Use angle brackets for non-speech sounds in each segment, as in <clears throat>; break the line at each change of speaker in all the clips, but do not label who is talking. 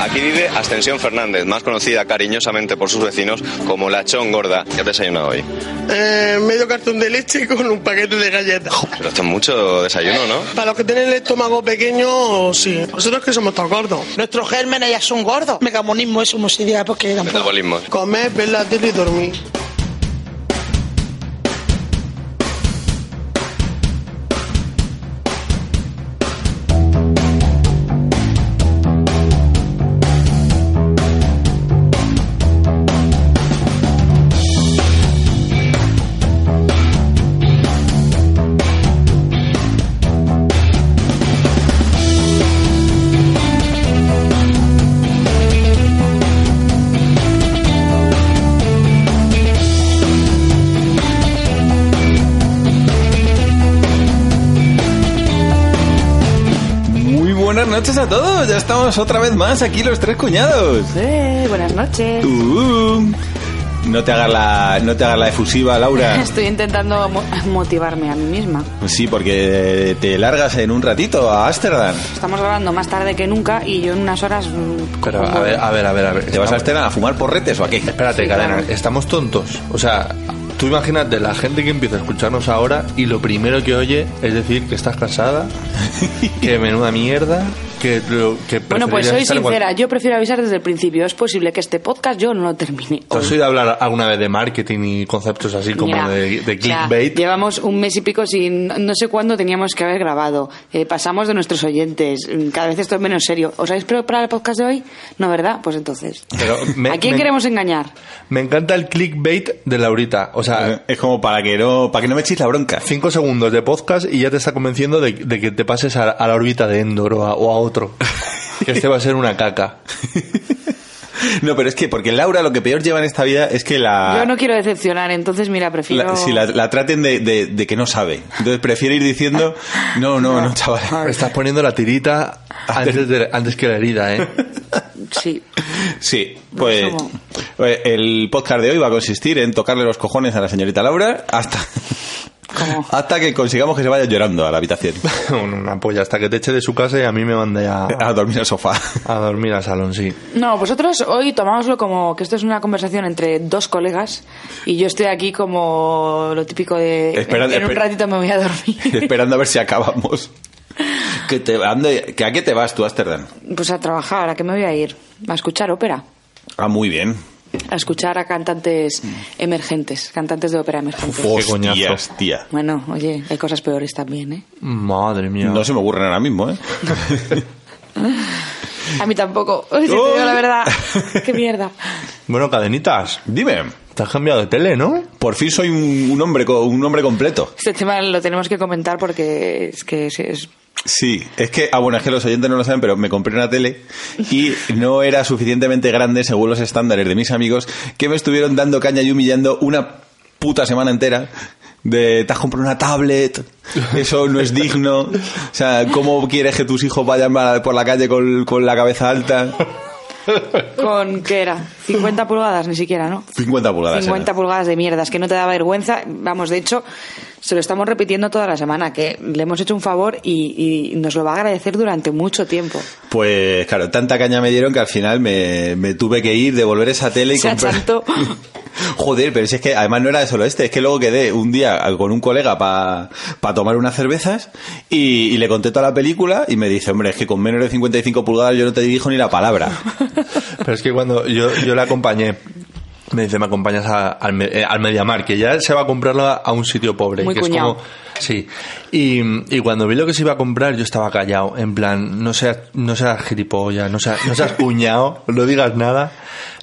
Aquí vive Ascensión Fernández, más conocida cariñosamente por sus vecinos como la Chon Gorda. ¿Qué has desayunado hoy?
Eh, medio cartón de leche con un paquete de galletas.
Pero esto es mucho desayuno, ¿no?
Para los que tienen el estómago pequeño, sí. Nosotros que somos tan gordos.
Nuestros gérmenes ya son gordos. Megamonismo es homosidad porque tampoco...
Metabolismo.
Comer, ver la tele y dormir.
Muy buenas noches a todos, ya estamos otra vez más aquí los tres cuñados.
Eh, buenas noches.
Uh, no te hagas la, no te hagas la efusiva,
<laughs>
Laura.
Estoy intentando mo- motivarme a mí misma.
Sí, porque te largas en un ratito a Ámsterdam.
Estamos grabando más tarde que nunca y yo en unas horas. mm,
Pero
cojo
a
un
ver,
vuelo.
a ver, a ver, a ver. Ah.
¿Te vas a Ámsterdam a fumar porretes o a qué?
Espérate,
Sí,
cadena,
claro.
estamos tontos. O sea, tú imagínate la gente que empieza a escucharnos ahora y lo primero que oye es decir que estás casada,
<laughs>
que menuda mierda, que lo que
Bueno, pues soy
preferirías estar en cual-
sincera, yo prefiero avisar desde el principio. Es posible que este podcast yo no lo termine.
¿Te has oído hablar alguna vez de marketing y conceptos así como
Mira,
de, de
o sea,
clickbait?
llevamos un mes y pico sin. No sé cuándo teníamos que haber grabado. Eh, pasamos de nuestros oyentes. Mm, Cada vez esto es menos serio. ¿Os habéis preparado el podcast de hoy? No, ¿verdad? Pues entonces.
Pero
<laughs>
me-
¿A quién
me-
queremos engañar?
Me encanta el clickbait de Laurita. O
Eh.
sea,
Es como para que no, para que no me echéis la bronca.
cinco segundos de podcast y ya te está convenciendo de, de que te pases a, a la órbita de Endor o a, o
<laughs>
a otro. que este va a ser una caca.
No, pero es que porque Laura lo que peor lleva en esta vida es que la,
Ah.
Yo no quiero decepcionar, entonces mira, prefiero.
la- si la, la traten de, de- de que no sabe. Entonces prefiere ir diciendo, no, no, no,
<laughs>
chaval.
Estás poniendo la tirita antes, de- antes que la herida, <laughs> ¿eh?
Sí.
Sí,
No
pues
somos.
eh, el podcast de hoy va a consistir en tocarle los cojones a la señorita Laura hasta,
Como-
<laughs> hasta que consigamos que se vaya llorando a la habitación,
Una polla, hasta que te eche de su casa y a mí me mande a,
a dormir al sofá. <laughs>
a dormir al salón, sí.
No, vosotros hoy tomáoslo como que esto es una conversación entre dos colegas y yo estoy aquí como lo típico de
Espera-
en un
espera-
ratito me voy a dormir. <laughs>
esperando a ver si acabamos. Que te, ande- que ¿A qué te vas tú, Ámsterdam?
Pues a trabajar, ¿a qué me voy a ir? A escuchar ópera,
Ah, muy bien.
a escuchar a cantantes emergentes, cantantes de ópera emergentes.
coñazo.
Hostias, tía.
Bueno, oye, hay cosas peores también, ¿eh?
Madre mía.
No se me ocurren ahora mismo, ¿eh?
A mí tampoco, <laughs> Uy, si te digo la
<laughs>
verdad, qué mierda.
Bueno, cadenitas,
Dime,
te has cambiado de tele, ¿no?
por fin soy un, un hombre co- un hombre completo.
Este tema lo tenemos que comentar porque es que es- es
Sí, es que, ah, bueno, es que los oyentes no lo saben, pero me compré una tele y no era suficientemente grande según los estándares de mis amigos que me estuvieron dando caña y humillando una puta semana entera. De te has comprado una tablet, eso no es digno. O sea, ¿cómo quieres que tus hijos vayan a- por la calle con, con la cabeza alta?
con qué era 50 pulgadas ni siquiera, ¿no?
50 pulgadas.
50
era.
pulgadas de mierdas, que no te da vergüenza. Vamos, de hecho, se lo estamos repitiendo toda la semana, que le hemos hecho un favor y, y nos lo va a agradecer durante mucho tiempo.
Pues claro, tanta caña me dieron que al final me, me tuve que ir, devolver esa tele y
Se
comprar. <laughs>
achantó.
Joder, pero si es que además no era solo este, es que luego quedé un día con un colega para tomar unas cervezas y, y le conté toda la película y me dice, hombre, es que con menos de 55 pulgadas yo no te dirijo ni la <laughs> palabra.
Pero es que cuando yo, yo la acompañé, me dice, me acompañas a- al, me- eh, al Mediamar, que ya se va a comprarla a un sitio pobre.
Muy
que
cuñao.
Es como, sí. Y, y cuando vi lo que se iba a comprar, yo estaba callado. En plan, no seas, no seas gilipollas, no seas, no seas cuñado, no digas nada.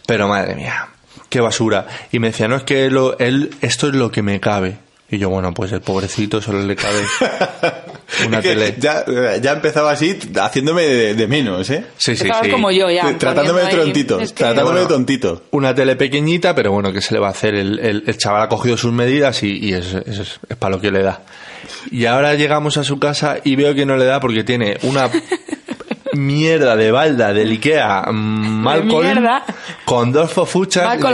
Pero madre mía, qué basura. Y me decía, no, es
<laughs>
que lo- él, esto es lo que me cabe. Y yo, bueno, pues el pobrecito solo le cabe Una
Es que
tele.
Ya, ya empezaba así, haciéndome de, de menos, ¿eh?
Sí, sí,
Estabas
sí.
como yo ya.
tratándome de
poniendo ahí-
tontito,
Es que-
tratándome de
Bueno.
tontito. <laughs>
Una tele pequeñita, pero bueno, que se le va a hacer? El, el- el chaval ha cogido sus medidas y, y es, es- es para lo que le da. Y ahora llegamos a su casa y veo que no le da porque tiene
<laughs>
una mierda de balda del Ikea mm, Malcolm
mierda.
con dos fofuchas.
Mal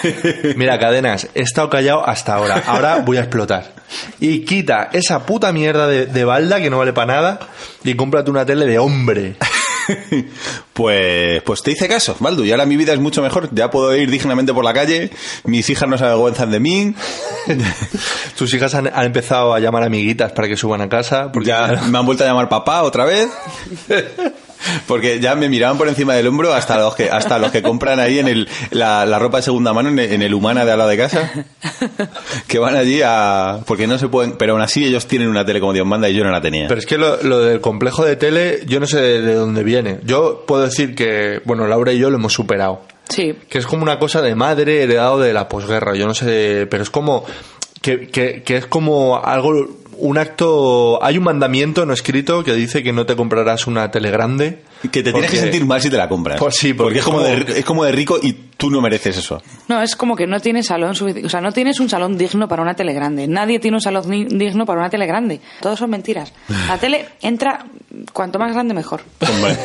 Le dije, <laughs> Mira, cadenas, he estado callado hasta ahora. Ahora voy a explotar. Y quita esa puta mierda de, de balda que no vale para nada y cómprate una tele de hombre.
Pues, pues te hice caso, Baldu, y ahora mi vida es mucho mejor. Ya puedo ir dignamente por la calle, mis hijas no se avergüenzan de mí, <laughs>
Tus hijas han, han empezado a llamar amiguitas para que suban a casa. Porque
ya me han vuelto a llamar papá otra vez. <laughs> Porque ya me miraban por encima del hombro hasta los que, hasta los que compran ahí en el, la, la ropa de segunda mano en el, en el humana de al lado de casa. Que van allí a, porque no se pueden, pero aún así ellos tienen una tele como Dios manda y yo no la tenía.
Pero es que lo, lo del complejo de tele, yo no sé de, de dónde viene. Yo puedo decir que, bueno, Laura y yo lo hemos superado.
Sí.
Que es como una cosa de madre heredado de la posguerra. Yo no sé, pero es como que, que- que es como algo, un acto. Hay un mandamiento no escrito que dice que no te comprarás una tele grande.
que te tienes que
porque-
sentir mal si te la compras.
Pues sí,
porque,
porque
es como,
como-
de, es como de rico y tú no mereces eso.
No, es como que no tienes salón sufici- O sea, no tienes un salón digno para una tele grande. Nadie tiene un salón ni- digno para una tele grande. Todos son mentiras. La tele entra cuanto más grande mejor.
Hombre.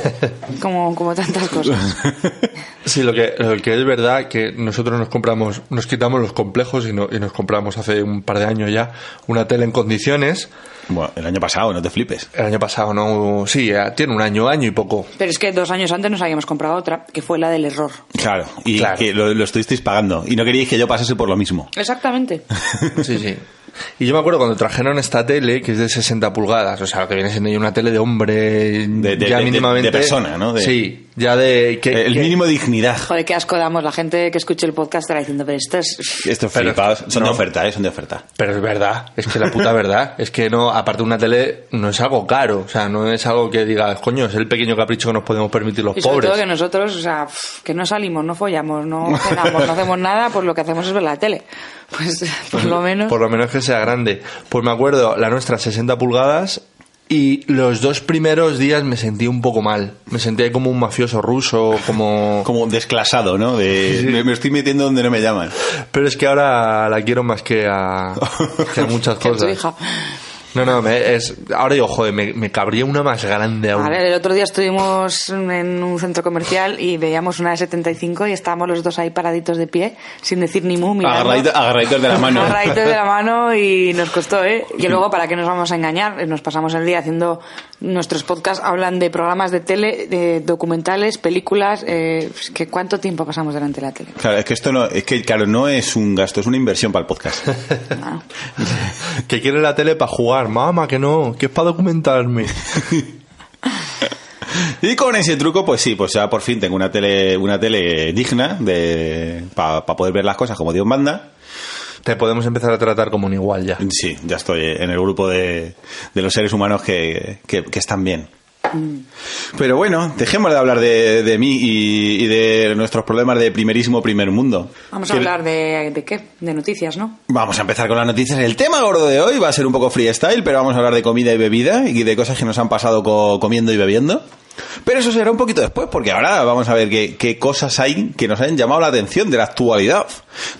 Como, como tantas cosas.
Sí, lo que, lo que es verdad que nosotros nos compramos, nos quitamos los complejos y, no- y nos compramos hace un par de años ya una tele en condiciones.
<laughs> Bueno, el año pasado, no te flipes.
El año pasado no, sí, eh, tiene un año, año y poco.
Pero es que dos años antes nos habíamos comprado otra, que fue la del error.
Claro, y
Claro.
que lo, lo estuvisteis pagando. Y no queríais que yo pasase por lo mismo.
Exactamente.
Sí, sí. Y yo me acuerdo cuando trajeron esta tele, que es de 60 pulgadas, o sea, que viene siendo ya una tele de hombre,
de-
ya
de-
mínimamente...
de persona, ¿no? De-
Sí, ya de... que-
el
Eh, que-
mínimo de dignidad.
Joder, qué asco damos. La gente que escuche el podcast estará diciendo, pero esto es...
Estos
Pero-
flipados son de
no.
oferta, ¿eh? Son de oferta.
Pero es verdad, es que la puta verdad, es que no, aparte una tele no es algo caro, o sea, no es algo que digas, coño, es el pequeño capricho que nos podemos permitir los
Y sobre
pobres.
todo que nosotros, o sea, pf, que no salimos, no follamos, no cenamos, no hacemos nada, pues lo que hacemos es ver la tele. Pues por lo menos...
Por lo menos que sea grande. Pues me acuerdo, la nuestra 60 pulgadas y los dos primeros días me sentí un poco mal. Me sentía como un mafioso ruso, como...
Como desclasado, ¿no? De, Me, me estoy metiendo donde no me llaman.
Pero es que ahora la quiero más que a,
<laughs>
que a muchas
Que tu
cosas.
hija.
No, no, me- es, ahora digo, joder, me, me cabría una más grande aún.
A ver, el otro día estuvimos en un centro comercial y veíamos una de 75 y estábamos los dos ahí paraditos de pie, sin decir ni mu, mirando.
Agarradito- agarraditos de
<laughs>
la mano.
Agarraditos de la mano y nos costó, ¿eh? Y luego, ¿para qué nos vamos a engañar? Nos pasamos el día haciendo nuestros podcasts, hablan de programas de tele, de documentales, películas, eh, es que ¿cuánto tiempo pasamos delante de la tele?
Claro, es que esto no, es que claro, no es un gasto, es una inversión para el podcast.
<laughs> Ah.
Que quiere la tele para jugar, mamá, que no, que es para documentarme.
Y con ese truco, pues sí, pues ya por fin tengo una tele, una tele digna de para poder ver las cosas como Dios manda.
Te podemos empezar a tratar como un igual ya.
Sí, ya estoy en el grupo de, de los seres humanos que, que- que están bien.
Mm.
Pero bueno, dejemos de hablar de, de mí y, y de nuestros problemas de primerísimo primer mundo.
Vamos a
Que-
hablar de, de qué? De noticias, ¿no?
Vamos a empezar con las noticias. El tema gordo de hoy va a ser un poco freestyle, pero vamos a hablar de comida y bebida y de cosas que nos han pasado co- comiendo y bebiendo. Pero eso será un poquito después, porque ahora vamos a ver qué, qué cosas hay que nos han llamado la atención de la actualidad.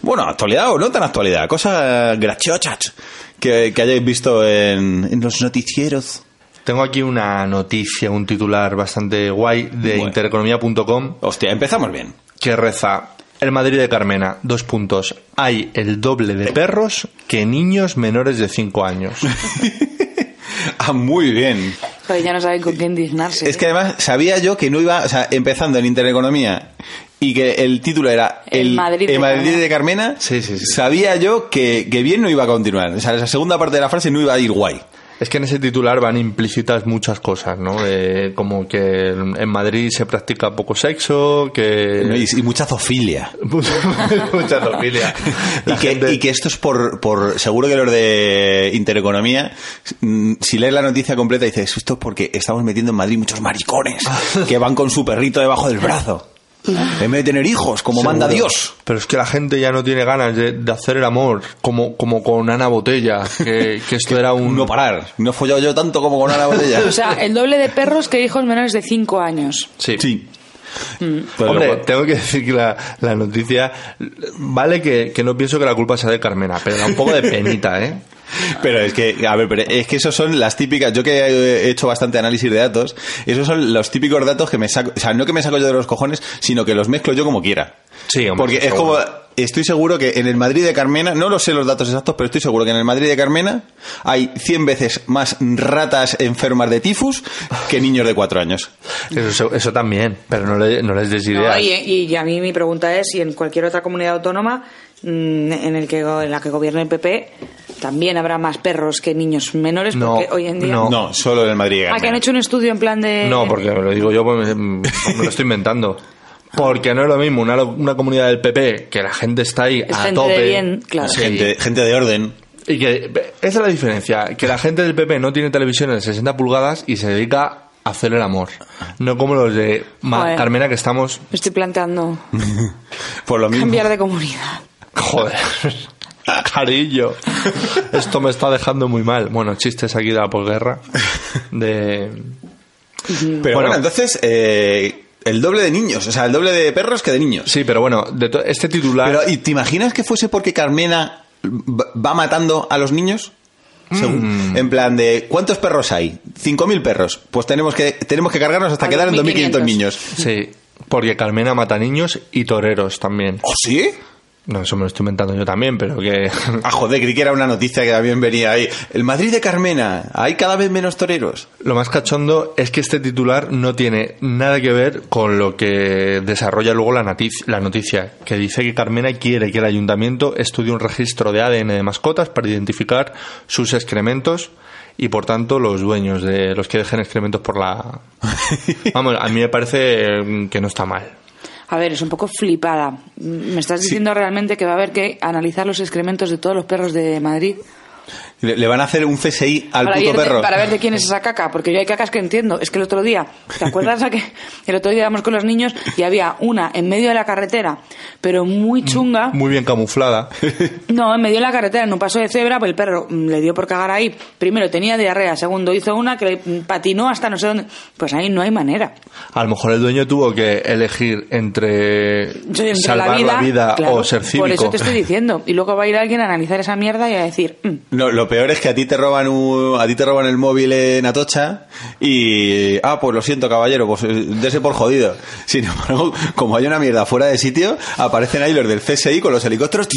Bueno, actualidad o no tan actualidad, cosas graciochas que, que hayáis visto en, en los noticieros.
Tengo aquí una noticia, un titular bastante guay de
Bueno.
intereconomía.com
Hostia, empezamos bien. <laughs>
que reza El Madrid de Carmena, dos puntos. Hay el doble de perros que niños menores de 5 años.
Ah, muy bien.
Joder, ya no saben con qué indignarse. ¿eh?
Es que además sabía yo que no iba, o sea, empezando en Intereconomía y que el título era
El Madrid de
el
Carmena.
de Carmena,
Sí, sí, sí.
sabía yo que, que bien no iba a continuar. O sea, esa segunda parte de la frase no iba a ir guay.
Es que en ese titular van implícitas muchas cosas, ¿no? Eh, como que en Madrid se practica poco sexo, que...
Y, y mucha zoofilia.
<laughs> Mucha familia.
Y que, y que esto es por, por seguro que los de Intereconomía, mm, si lees la noticia completa,
<laughs>
dices, esto es porque estamos metiendo en Madrid muchos maricones que van con su perrito debajo del brazo. En vez de tener hijos, como manda
Seguro.
Dios.
Pero es que la gente ya no tiene ganas de, de hacer el amor, como, como con Ana Botella, que,
<laughs>
que esto era un...
No parar. No he follado yo tanto como con Ana
<laughs>
Botella.
O sea, el doble de perros que hijos menores de 5 años.
Sí.
Sí. Pero
Mm. Hombre,
bueno,
tengo que decir que la, la noticia... Vale que, que no pienso que la culpa sea de Carmena, pero da un poco de penita, ¿eh?
pero es que, a ver, pero es que esos son las típicas. Yo que he hecho bastante análisis de datos, esos son los típicos datos que me saco. O sea, no que me saco yo de los cojones, sino que los mezclo yo como quiera.
Sí, hombre,
Porque es
seguro.
como. Estoy seguro que en el Madrid de Carmena, no lo sé los datos exactos, pero estoy seguro que en el Madrid de Carmena hay 100 veces más ratas enfermas de tifus que niños de 4 años.
Eso, eso también, pero no, le- no les des
No,
ideas.
y, y- y a mí mi pregunta es si en cualquier otra comunidad autónoma mm, en, el que, go- en la que gobierna el PP también habrá más perros que niños menores
No,
porque hoy en día...
No.
No, solo en el Madrid de
Ah,
Carmena.
que han hecho un estudio en plan de...
No, porque me lo digo yo, pues, me, me lo estoy inventando. Porque no es lo mismo una, una comunidad del PP que la gente está ahí
Es
a
gente
tope.
de bien, claro.
Sí.
Gente, gente de orden.
Y que esa es la diferencia, que la gente del PP no tiene televisión de 60 pulgadas y se dedica a hacer el amor. No como los de Ma-
Joder.
Carmena que estamos...
Me estoy planteando
Por lo mismo.
cambiar de comunidad.
Joder. <laughs> Carillo. Esto me está dejando muy mal. Bueno, chistes aquí de la posguerra. De...
Pero
Bueno.
bueno, entonces, eh, el doble de niños, o sea, el doble de perros que de niños.
Sí, pero bueno, de to- este titular...
Pero, ¿y te imaginas que fuese porque Carmena va va matando a los niños? Según- En plan de, ¿cuántos perros hay? 5.000 perros. Pues tenemos que, tenemos que cargarnos hasta
A
quedar en 2.500
2.500
niños.
Sí, porque Carmena mata niños y toreros también.
¿Oh, sí?
No, eso me lo estoy inventando yo también, pero que... <laughs>
Ah, joder, creí que era una noticia que también venía ahí. El Madrid de Carmena, hay cada vez menos toreros.
Lo más cachondo es que este titular no tiene nada que ver con lo que desarrolla luego la, nati- la noticia, que dice que Carmena quiere que el ayuntamiento estudie un registro de ADN de mascotas para identificar sus excrementos y por tanto los dueños de los que dejen excrementos por la... Vamos, a mí me parece eh, que no está mal.
A ver, es un poco flipada. Mm, Me estás diciendo realmente que va a haber que analizar los excrementos de todos los perros de Madrid
Le, le van a hacer un CSI al
para,
puto
ver de,
perro.
para ver de quién es esa caca, porque yo hay cacas que entiendo. Es que el otro día, ¿te acuerdas a que el otro día íbamos con los niños y había una en medio de la carretera, pero muy chunga?
Muy bien camuflada.
No, en medio de la carretera, en un paso de cebra, pues el perro mm, le dio por cagar ahí. Primero tenía diarrea, segundo hizo una que le mm, patinó hasta no sé dónde. Pues ahí no hay manera.
A lo mejor el dueño tuvo que elegir entre,
Yo entre
salvar la vida,
claro,
o ser cívico.
Por eso te estoy diciendo. Y luego va a ir alguien a analizar esa mierda y a decir, "Mm,
No, lo peor es que a ti te roban un- a ti te roban el móvil en Atocha y ah, pues lo siento caballero, pues eh, dese por jodido. Sin embargo, como hay una mierda fuera de sitio, aparecen ahí los del CSI con los helicópteros.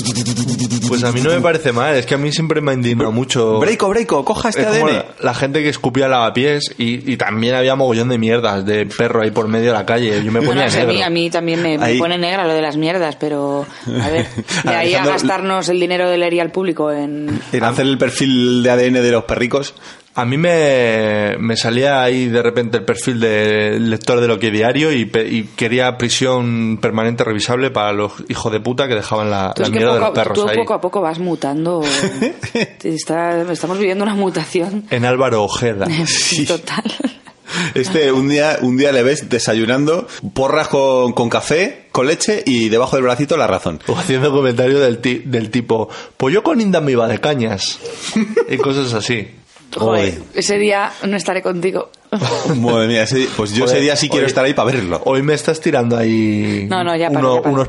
Pues a mí no me parece mal, es que a mí siempre me ha indignado mucho.
Breico, Breico, coja
Es
este
como
ADN.
la, la gente que escupía lavapiés y, y también había mogollón de mierdas de perro ahí por medio de la calle. Yo me
Bueno,
ponía
o sea, a, mí,
negro.
a mí también me, me
Ahí.
pone negra lo de las mierdas, pero a
<laughs>
ver, de ahí a
Analizando-
gastarnos el dinero del ERI al público en...
En hacer el perfil de ADN de los perricos.
A mí me, me salía ahí de repente el perfil de lector de lo que diario y, pe- y quería prisión permanente revisable para los hijos de puta que dejaban la,
Tú
la
es que
mierda de los
poco, a-
perros
tú
ahí.
poco a poco vas
<laughs>
mutando. Te está- estamos viviendo una mutación
En
<laughs>
Álvaro Ojeda.
total.
Este un día, un día le ves desayunando, porras con, con café, con leche y debajo del bracito la razón.
<laughs> O haciendo comentarios del, ti- del tipo, pues yo con Inda me iba de cañas. y cosas así.
Joder, ese día no estaré
<laughs>
contigo.
Madre mía, ese- pues yo ese
Joder,
día sí quiero
oye.
estar ahí para verlo.
Hoy me estás tirando ahí
No, no, ya para,
uno-
ya para.
unos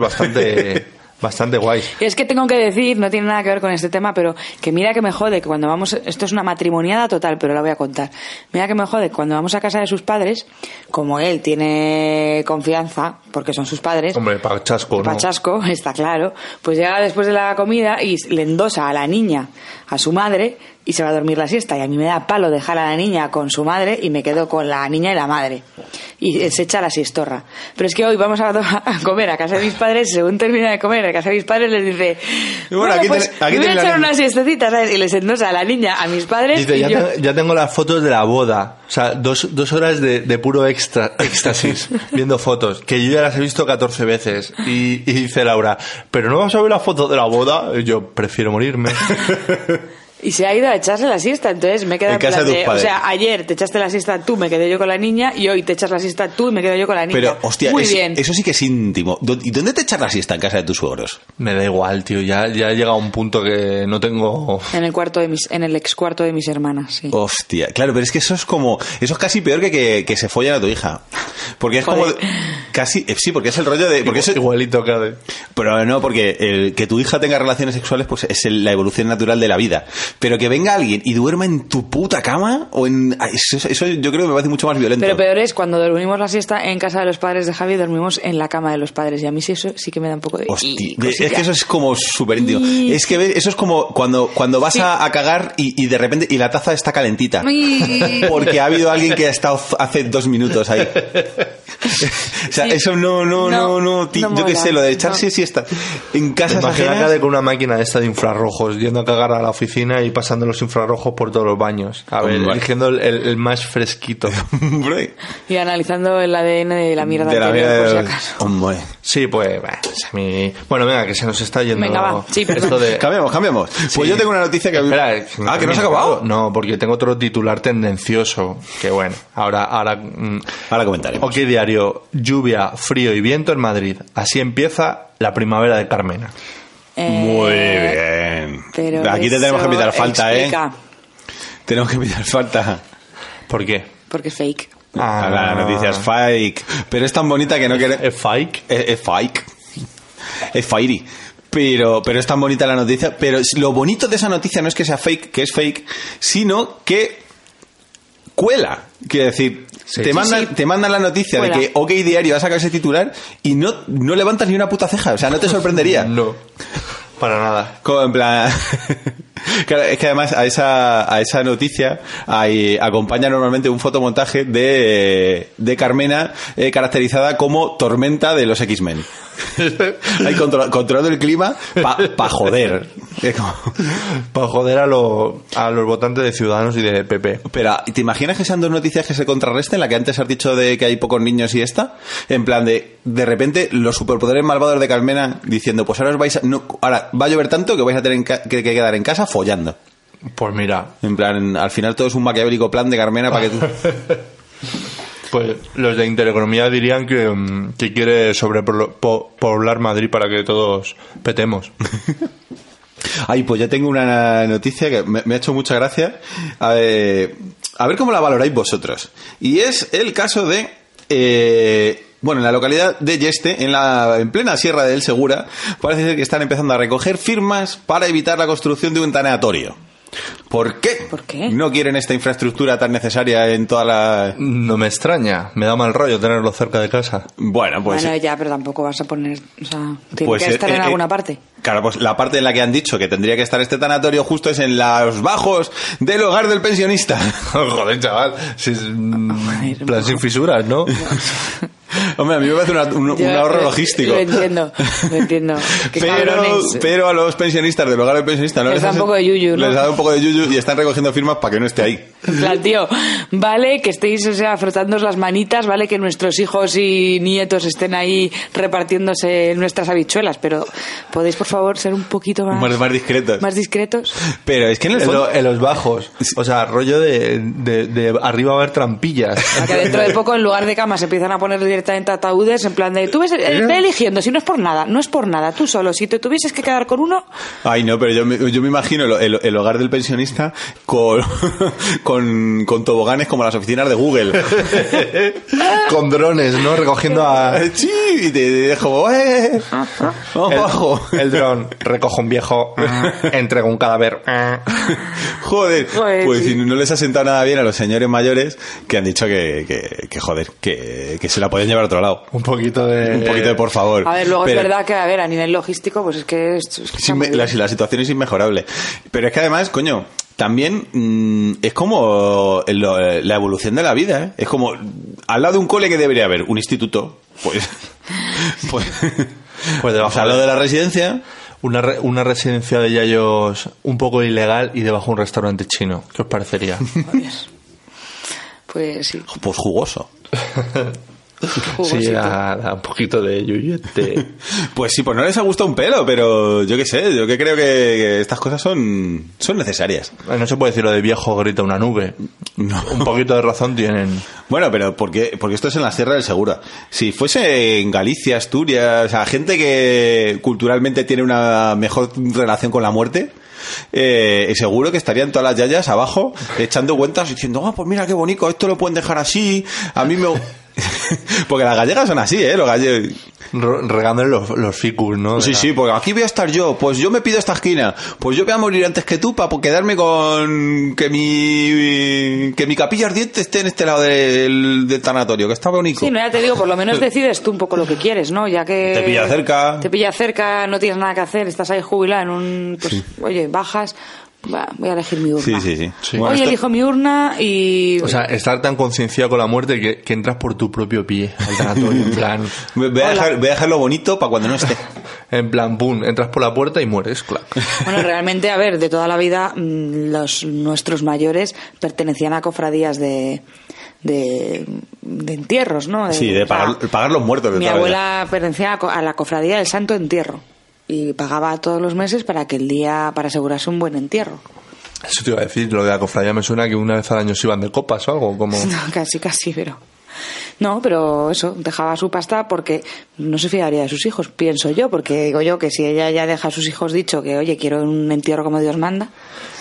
<laughs>
bastante, bastante guays.
Y es que tengo que decir, no tiene nada que ver con este tema, pero que mira que me jode que cuando vamos, esto es una matrimoniada total, pero la voy a contar. Mira que me jode que cuando vamos a casa de sus padres, como él tiene confianza, porque son sus padres,
Hombre, para chasco, ¿no?
Pachasco, <laughs> está claro, pues llega después de la comida y le endosa a la niña, a su madre, y se va a dormir la siesta. Y a mí me da palo dejar a la niña con su madre y me quedo con la niña y la madre. Y eh, se echa la siestorra. Pero es que hoy vamos a, do- <laughs> a comer a casa de mis padres, según termina de comer a casa de mis padres, les dice,
Y
bueno,
bueno, aquí
pues,
ten- aquí
me voy a
ten la
echar
niña".
una siestecita, ¿sabes? Y les endosa a la niña, a mis padres,
Dice,
y
ya,
yo...
te- ya tengo las fotos de la boda. O sea, dos, dos horas de, de puro extra, <laughs> éxtasis viendo fotos, que yo ya las he visto 14 veces. Y,
<laughs>
y dice Laura, pero no vas a ver las fotos de la boda. Y yo prefiero morirme.
Y se ha ido a echarse la siesta, entonces me he quedado
En casa
plan
de tus
O
padres.
sea, ayer te echaste la siesta tú, me quedé yo con la niña, y hoy te echas la siesta tú y me quedo yo con la niña.
Pero, hostia,
Muy
es-
bien.
eso sí que es íntimo. ¿Dó- ¿Y dónde te echas la siesta en casa de tus suegros?
Me da igual, tío. Ya, ya he llegado a un punto que no tengo.
En el cuarto de mis, en el ex cuarto de mis hermanas, sí.
Oh, Hostia, claro, pero es que eso es como. Eso es casi peor que que, que se follen a tu hija. Porque es como.
Joder.
Casi. eh, Sí, porque es el rollo de. Porque eso,
Igualito que de.
pero no, porque el que tu hija tenga relaciones sexuales, pues es el- la evolución natural de la vida. Pero que venga alguien y duerma en tu puta cama, o en. ah, Eso, eso yo creo que me parece mucho más violento.
Pero peor es cuando dormimos la siesta en casa de los padres de Javi, dormimos en la cama de los padres. Y a mí sí, eso sí que me da un poco de.
Hostia,
y cosilla.
es que eso es como súper íntimo.
Y-
Es que ¿ves? eso es como cuando, cuando vas
Sí.
a, a cagar y, y de repente y la taza está calentita. <laughs>
Y-
Porque ha habido alguien que ha estado f- hace dos minutos ahí. o sea,
Sí.
eso no, no, no,
No,
no. ti-
no
yo qué
mola,
sé, lo de echarse
no.
siesta en casas
Imagina
ajenas.
cada con una máquina de esta de infrarrojos, yendo a cagar a la oficina y pasando los infrarrojos por todos los baños. A ver,
Hombre.
eligiendo el, el- el más
<laughs>
fresquito.
Hombre,
Y analizando el ADN de la mierda
de la
anterior,
vida
por si
de-
acaso.
Hombre.
Sí, pues, bah, es a mí- bueno, venga, que se nos está yendo
Venga, va. Sí, perdón.
esto de...
Cambiamos, cambiamos. Pues
Eh, Sí.
yo tengo una noticia que...
Espera,
ah, que no se ha acabado.
No, porque tengo otro titular tendencioso. Que bueno, ahora, ahora. mm,
Ahora comentaremos.
Ok, diario. Lluvia, frío y viento en Madrid. Así empieza la primavera de Carmena.
Eh,
Muy bien.
Pero
Aquí te tenemos que
eso
invitar falta,
explica,
¿eh? Tenemos que invitar falta.
¿Por qué?
Porque es fake.
Ah, la noticia es fake. Pero es tan bonita que no queremos...
¿Es fake?
Es, es fake. Es fiery. Pero, pero es tan bonita la noticia. Pero es- lo bonito de esa noticia no es que sea fake, que es fake, sino que cuela. Quiero decir,
Sí.
te,
Sí,
mandan,
sí.
te mandan la noticia
Cuela.
de que OK Diario ha sacado ese titular y no, no levantas ni una puta ceja. O sea, no te sorprendería.
<laughs> No. Para nada.
Como en plan. <laughs> Claro, es que además a esa, a esa noticia hay- acompaña normalmente un fotomontaje de, de Carmena eh, caracterizada como tormenta de los
<laughs>
X-Men. Hay control, controlando el clima para
<laughs>
joder. Es como-
Para joder a, lo- a los votantes de Ciudadanos y de PP.
Pero, ¿te imaginas que sean dos noticias que se contrarresten? La que antes has dicho de que hay pocos niños y esta. En plan de, de repente, los superpoderes malvados de Carmena diciendo, pues ahora os vais a, no, ahora va a llover tanto que vais a tener en ca- que- que quedar en casa follando.
Pues mira,
En plan, al final todo es un maquiavélico plan de Carmena para que tú...
pues los de Intereconomía dirían que, mm, que quiere sobrepoblar Madrid para que todos petemos.
Ay, pues ya tengo una noticia que me, me ha hecho mucha gracia. A ver, a ver cómo la valoráis vosotros. Y es el caso de... eh, bueno, en la localidad de Yeste, en, la, en plena sierra del Segura, parece ser que están empezando a recoger firmas para evitar la construcción de un tanatorio. ¿Por qué?
¿Por qué?
No quieren esta infraestructura tan necesaria en toda la...
<laughs> No me extraña, me da mal rollo tenerlo cerca de casa.
Bueno, pues...
bueno, ya, pero tampoco vas a poner. O sea, tiene
Pues,
que
eh,
estar en
eh,
alguna
eh,
parte.
Claro, pues la parte en la que han dicho que tendría que estar este tanatorio justo es en los bajos del hogar del pensionista. <laughs>
Joder, chaval, si es
eh,
mm,
<laughs>
plan sin fisuras, ¿no?
Hombre, a mí me parece una- un, un
Yo
ahorro
lo-
logístico.
Lo entiendo,
<laughs>
lo entiendo. Qué
Pero,
cabrones.
pero a los pensionistas del hogar del pensionista no
Les
les,
da un
hacen-
poco de yuyu, ¿no?
Les da un poco de yuyu y están recogiendo firmas para que no esté ahí.
En plan, tío, vale que estéis, o sea, frotándoos las manitas, vale que nuestros hijos y nietos estén ahí repartiéndose nuestras habichuelas, pero podéis, por favor, ser un poquito más,
Más, más discretos.
más discretos.
Pero es que en el
En,
fondo...
lo- en los bajos. <laughs> O sea, rollo de, de- de arriba va a haber <laughs> trampillas.
Para que dentro de poco, en lugar de camas, empiezan a poner directamente ataúdes, en plan de, tú ves, eh, ve eligiendo, si no es por nada, no es por nada, tú solo, si te tuvieses que quedar con uno,
Ay, no, pero yo me, yo me imagino el, el- el hogar del pensionista con, <laughs> con, con toboganes como las oficinas de Google.
Con drones, ¿no? Recogiendo <laughs> a...
Sí, y te dejo... ¡eh! ¡Vamos
El,
abajo! <laughs>
el dron recojo un viejo, <laughs> entrego un cadáver.
Joder,
Joder,
pues
sí.
si no les ha sentado nada bien a los señores mayores que han dicho que, que, que joder, que, que se la podían llevar a otro lado.
Un poquito de...
Un poquito de por favor.
a ver, luego
Pero-
es verdad que, a ver, a nivel logístico, pues es que... Es, es
es
que está
inme-
muy
la,
bien.
la situación es inmejorable. Pero es que además, coño, también mm, es como eh, lo- la evolución de la vida. ¿eh? Es como al lado de un cole que debería haber un instituto, pues. <laughs> pues
Pues debajo
al
de-
lado de la residencia.
Una, re- una residencia de Yayos un poco ilegal y debajo un restaurante chino. ¿Qué <laughs> os parecería?
Pues sí.
Pues jugoso.
Sí,
Jugosito.
da, da un poquito de <laughs> yuyete.
Pues sí, pues no les ha gustado un pelo, pero yo qué sé, yo que creo que, que estas cosas son, son necesarias.
No se puede decir lo de viejo grita una nube.
No.
Un poquito de razón tienen.
Bueno, pero porque, porque esto es en la Sierra del Segura. Si fuese en Galicia, Asturias, o sea, gente que culturalmente tiene una mejor relación con la muerte, eh, seguro que estarían todas las yayas abajo echando cuentas y diciendo, ah, pues mira qué bonito, esto lo pueden dejar así, a mí me... <laughs> porque las gallegas son así, ¿eh? Los gallegos...
Ro- Regándole los, los ficus, ¿no? De
Sí,
la-
sí, porque aquí voy a estar yo. Pues yo me pido esta esquina. Pues yo voy a morir antes que tú para quedarme con que mi que mi capilla ardiente esté en este lado del, del tanatorio, que está bonito.
Sí, no, ya te digo, por lo menos decides tú un poco lo que quieres, ¿no? Ya que...
Te pilla cerca.
Te pilla cerca, no tienes nada que hacer, estás ahí jubilada en un... Pues, oye, bajas, va, voy a elegir mi urna.
Sí, sí, sí.
Sí.
Hoy
Bueno, esto-
elijo mi urna y...
O sea, estar tan concienciado con la muerte que, que entras por tu propio pie al tanatorio. En plan,
Ve- Voy a, dejar, voy a dejarlo bonito para cuando no
<laughs>
esté.
en plan, pum, entras por la puerta y mueres, <laughs> claro.
Bueno, realmente, a ver, de toda la vida, mm, los nuestros mayores pertenecían a cofradías de, de, de entierros, ¿no?
Sí, de
o sea,
pagar- pagar los muertos de
Mi
toda la
abuela pertenecía a co- a la cofradía del Santo Entierro y pagaba todos los meses para que el día, para asegurarse un buen entierro.
Eso te iba a decir, lo de la cofradía me suena que una vez al año se iban de copas o algo, como...
<laughs> No, casi, casi, pero. No, pero eso, dejaba su pasta porque no se fiaría de sus hijos, pienso yo, porque digo yo que si ella ya deja a sus hijos dicho que, oye, quiero un entierro como Dios manda,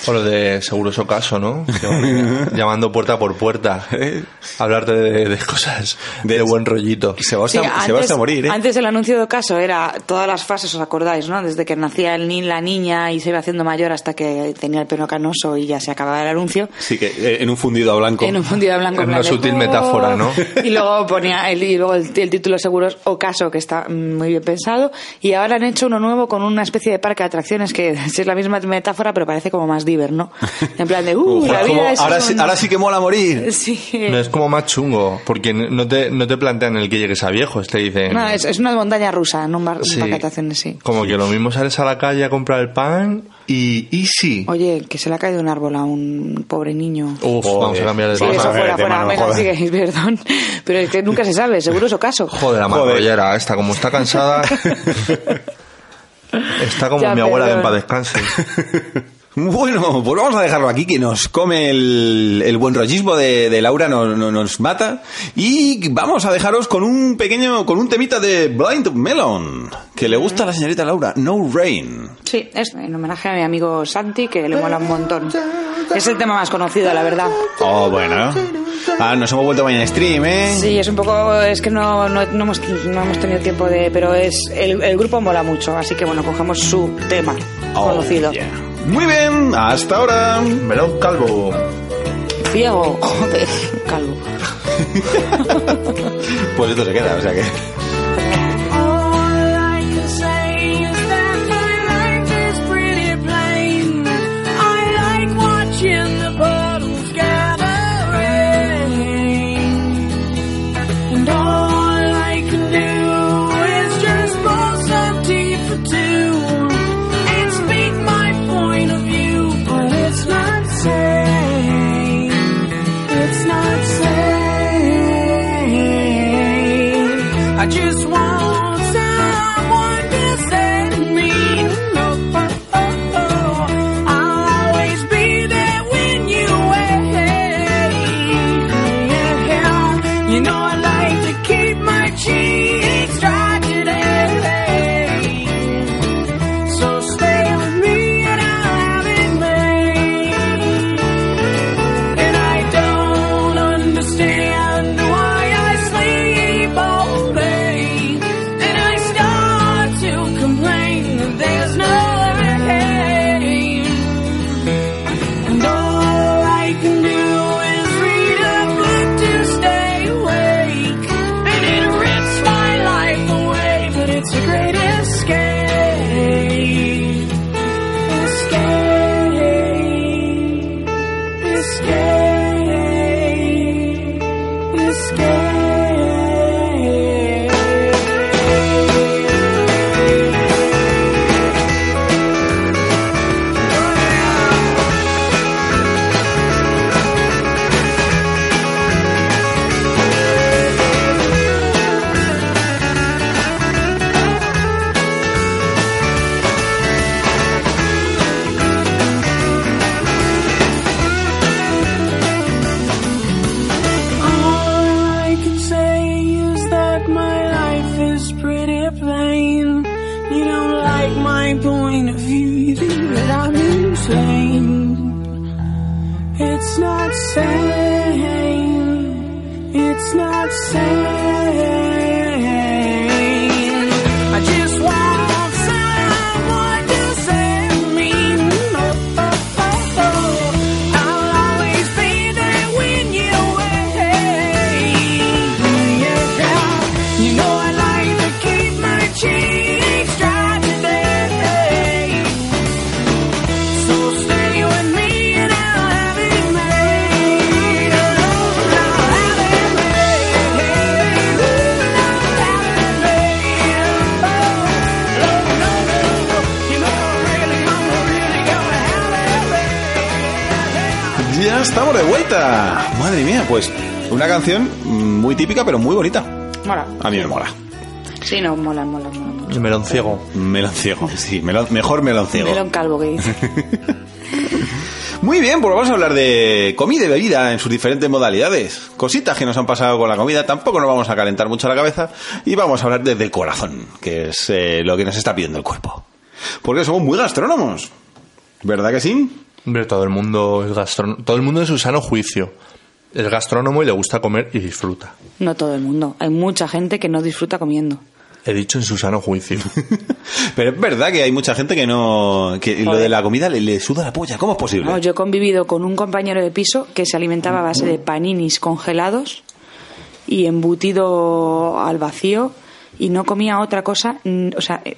O lo de seguros ocaso,
<laughs>
¿no? Que van Llamando puerta por puerta. ¿eh? Hablarte de, de cosas, de buen rollito.
Se va, a-
Sí,
se va a morir, ¿eh?
Antes el anuncio de caso era todas las fases, ¿os acordáis? ¿no? Desde que nacía el ni la niña y se iba haciendo mayor hasta que tenía el pelo canoso y ya se acababa el anuncio.
Sí, que eh, en un fundido a blanco.
En un fundido blanco.
Es
en
una
plan de,
sutil
"Oh".
metáfora, ¿no?
Y luego ponía el, y luego el, el título seguros o caso, que está muy bien pensado. Y ahora han hecho uno nuevo con una especie de parque de atracciones que <laughs> es la misma metáfora, pero parece como más diver, ¿no? En plan de, uh,
Uf, es
la
como,
vida es
ahora,
un-
sí, ahora sí que mola morir.
Sí.
No es como más chungo, porque no te, no te plantean el que llegues a viejo, te dicen...
No, es, es una montaña rusa, no un, bar, un
Sí.
parque de atracciones, sí.
Como que lo mismo sales a la calle a comprar el pan y... y sí.
Oye, que se le ha caído un árbol a un pobre niño.
Uf,
Joder.
vamos a cambiar de
Sí,
tema.
vamos a
eso
cambiar
fuera,
de tema,
fuera,
no
venga,
jodas.
sigue, <laughs> perdón. Pero es que nunca se sabe, seguro es ocaso.
Joder, la
Joder.
marrollera esta, como está
<laughs>
cansada... Está como
Ya,
mi abuela
perdón.
de en paz
<laughs>
descanse.
Bueno, pues vamos a dejarlo aquí, que nos come el, el buen rollismo de, de Laura, no- no- nos mata. Y vamos a dejaros con un pequeño, con un temita de Blind Melon, que le gusta a la señorita Laura, No Rain.
Sí, es en homenaje a mi amigo Santi, que le mola un montón. Es el tema más conocido, la verdad.
Oh, bueno. Ah, nos hemos vuelto mañana stream, ¿eh?
Sí, es un poco. Es que no, no, no hemos, no hemos tenido tiempo de. Pero es el, el grupo mola mucho, así que bueno, cogemos su tema
Oh,
conocido.
yeah. Muy bien, hasta ahora.
Melón calvo.
Ciego, joder, calvo.
<laughs> Pues esto se queda, o sea que...
All I can say is that my life is pretty plain. I like watching the puddles gather rain. And all I can do is just pour some tea for two and speak my point of view, but it's not safe. It's not safe. I just want someone to send me love. Oh, oh, oh. I'll always be there when you wait. Yeah. You know I like to keep my cheeks dry today. So stay with me and I'll have it made. And I don't understand why I sleep all day. You don't like my point of view, you think that I'm insane. It's not sane. It's not sane. I just want someone to save me. Oh, oh, oh, oh. I'll always be there when you wait. Yeah, you know I like to keep my cheeks dry today. So stay with me and I'll have it made. Oh, I'll have it made. Ooh, I'll have it made. Oh, no, no, no, no. You know I'm really, I'm really gonna have it made.
Ya estamos de vuelta. Madre mía, pues una canción muy típica pero muy bonita.
Mola.
A mí me mola.
Sí, no, mola, mola, mola. mucho.
El melón ciego.
Melón ciego, sí, melón- mejor melón ciego.
Melón calvo que dice.
Muy bien, pues vamos a hablar de comida y bebida en sus diferentes modalidades. Cositas que nos han pasado con la comida, tampoco nos vamos a calentar mucho la cabeza y vamos a hablar desde el corazón, que es eh, lo que nos está pidiendo el cuerpo. Porque somos muy gastrónomos, ¿verdad que sí?
Hombre, todo el mundo es gastrón... Todo el mundo es su sano juicio. Es gastrónomo y le gusta comer y disfruta.
No todo el mundo. Hay mucha gente que no disfruta comiendo.
He dicho en su
<laughs>
sano juicio.
Pero es verdad que hay mucha gente que no... que lo
Joder.
de la comida le, le suda la polla, ¿cómo es posible?
Vamos, yo he convivido con un compañero de piso que se alimentaba a base de paninis congelados y embutido al vacío y no comía otra cosa. mm, O sea, eh,